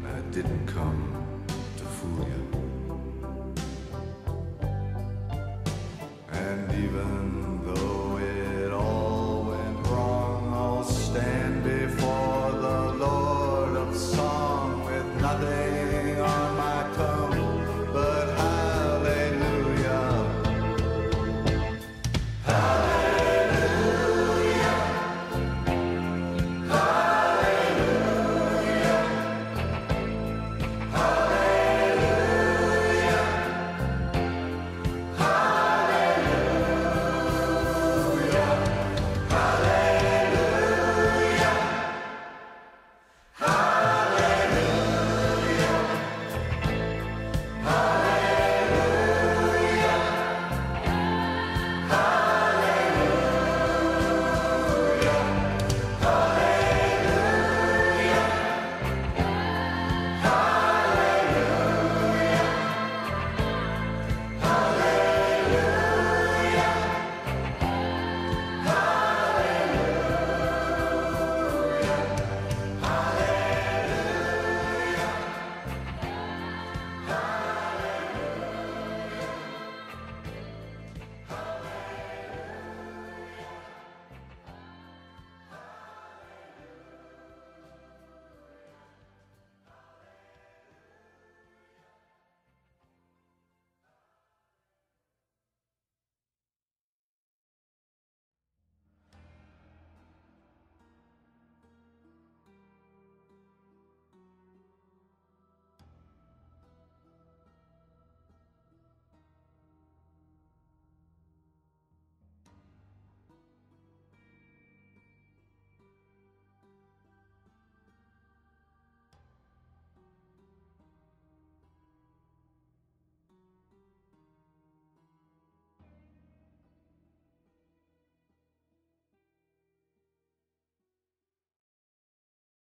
Speaker 7: I didn't come to fool you. And even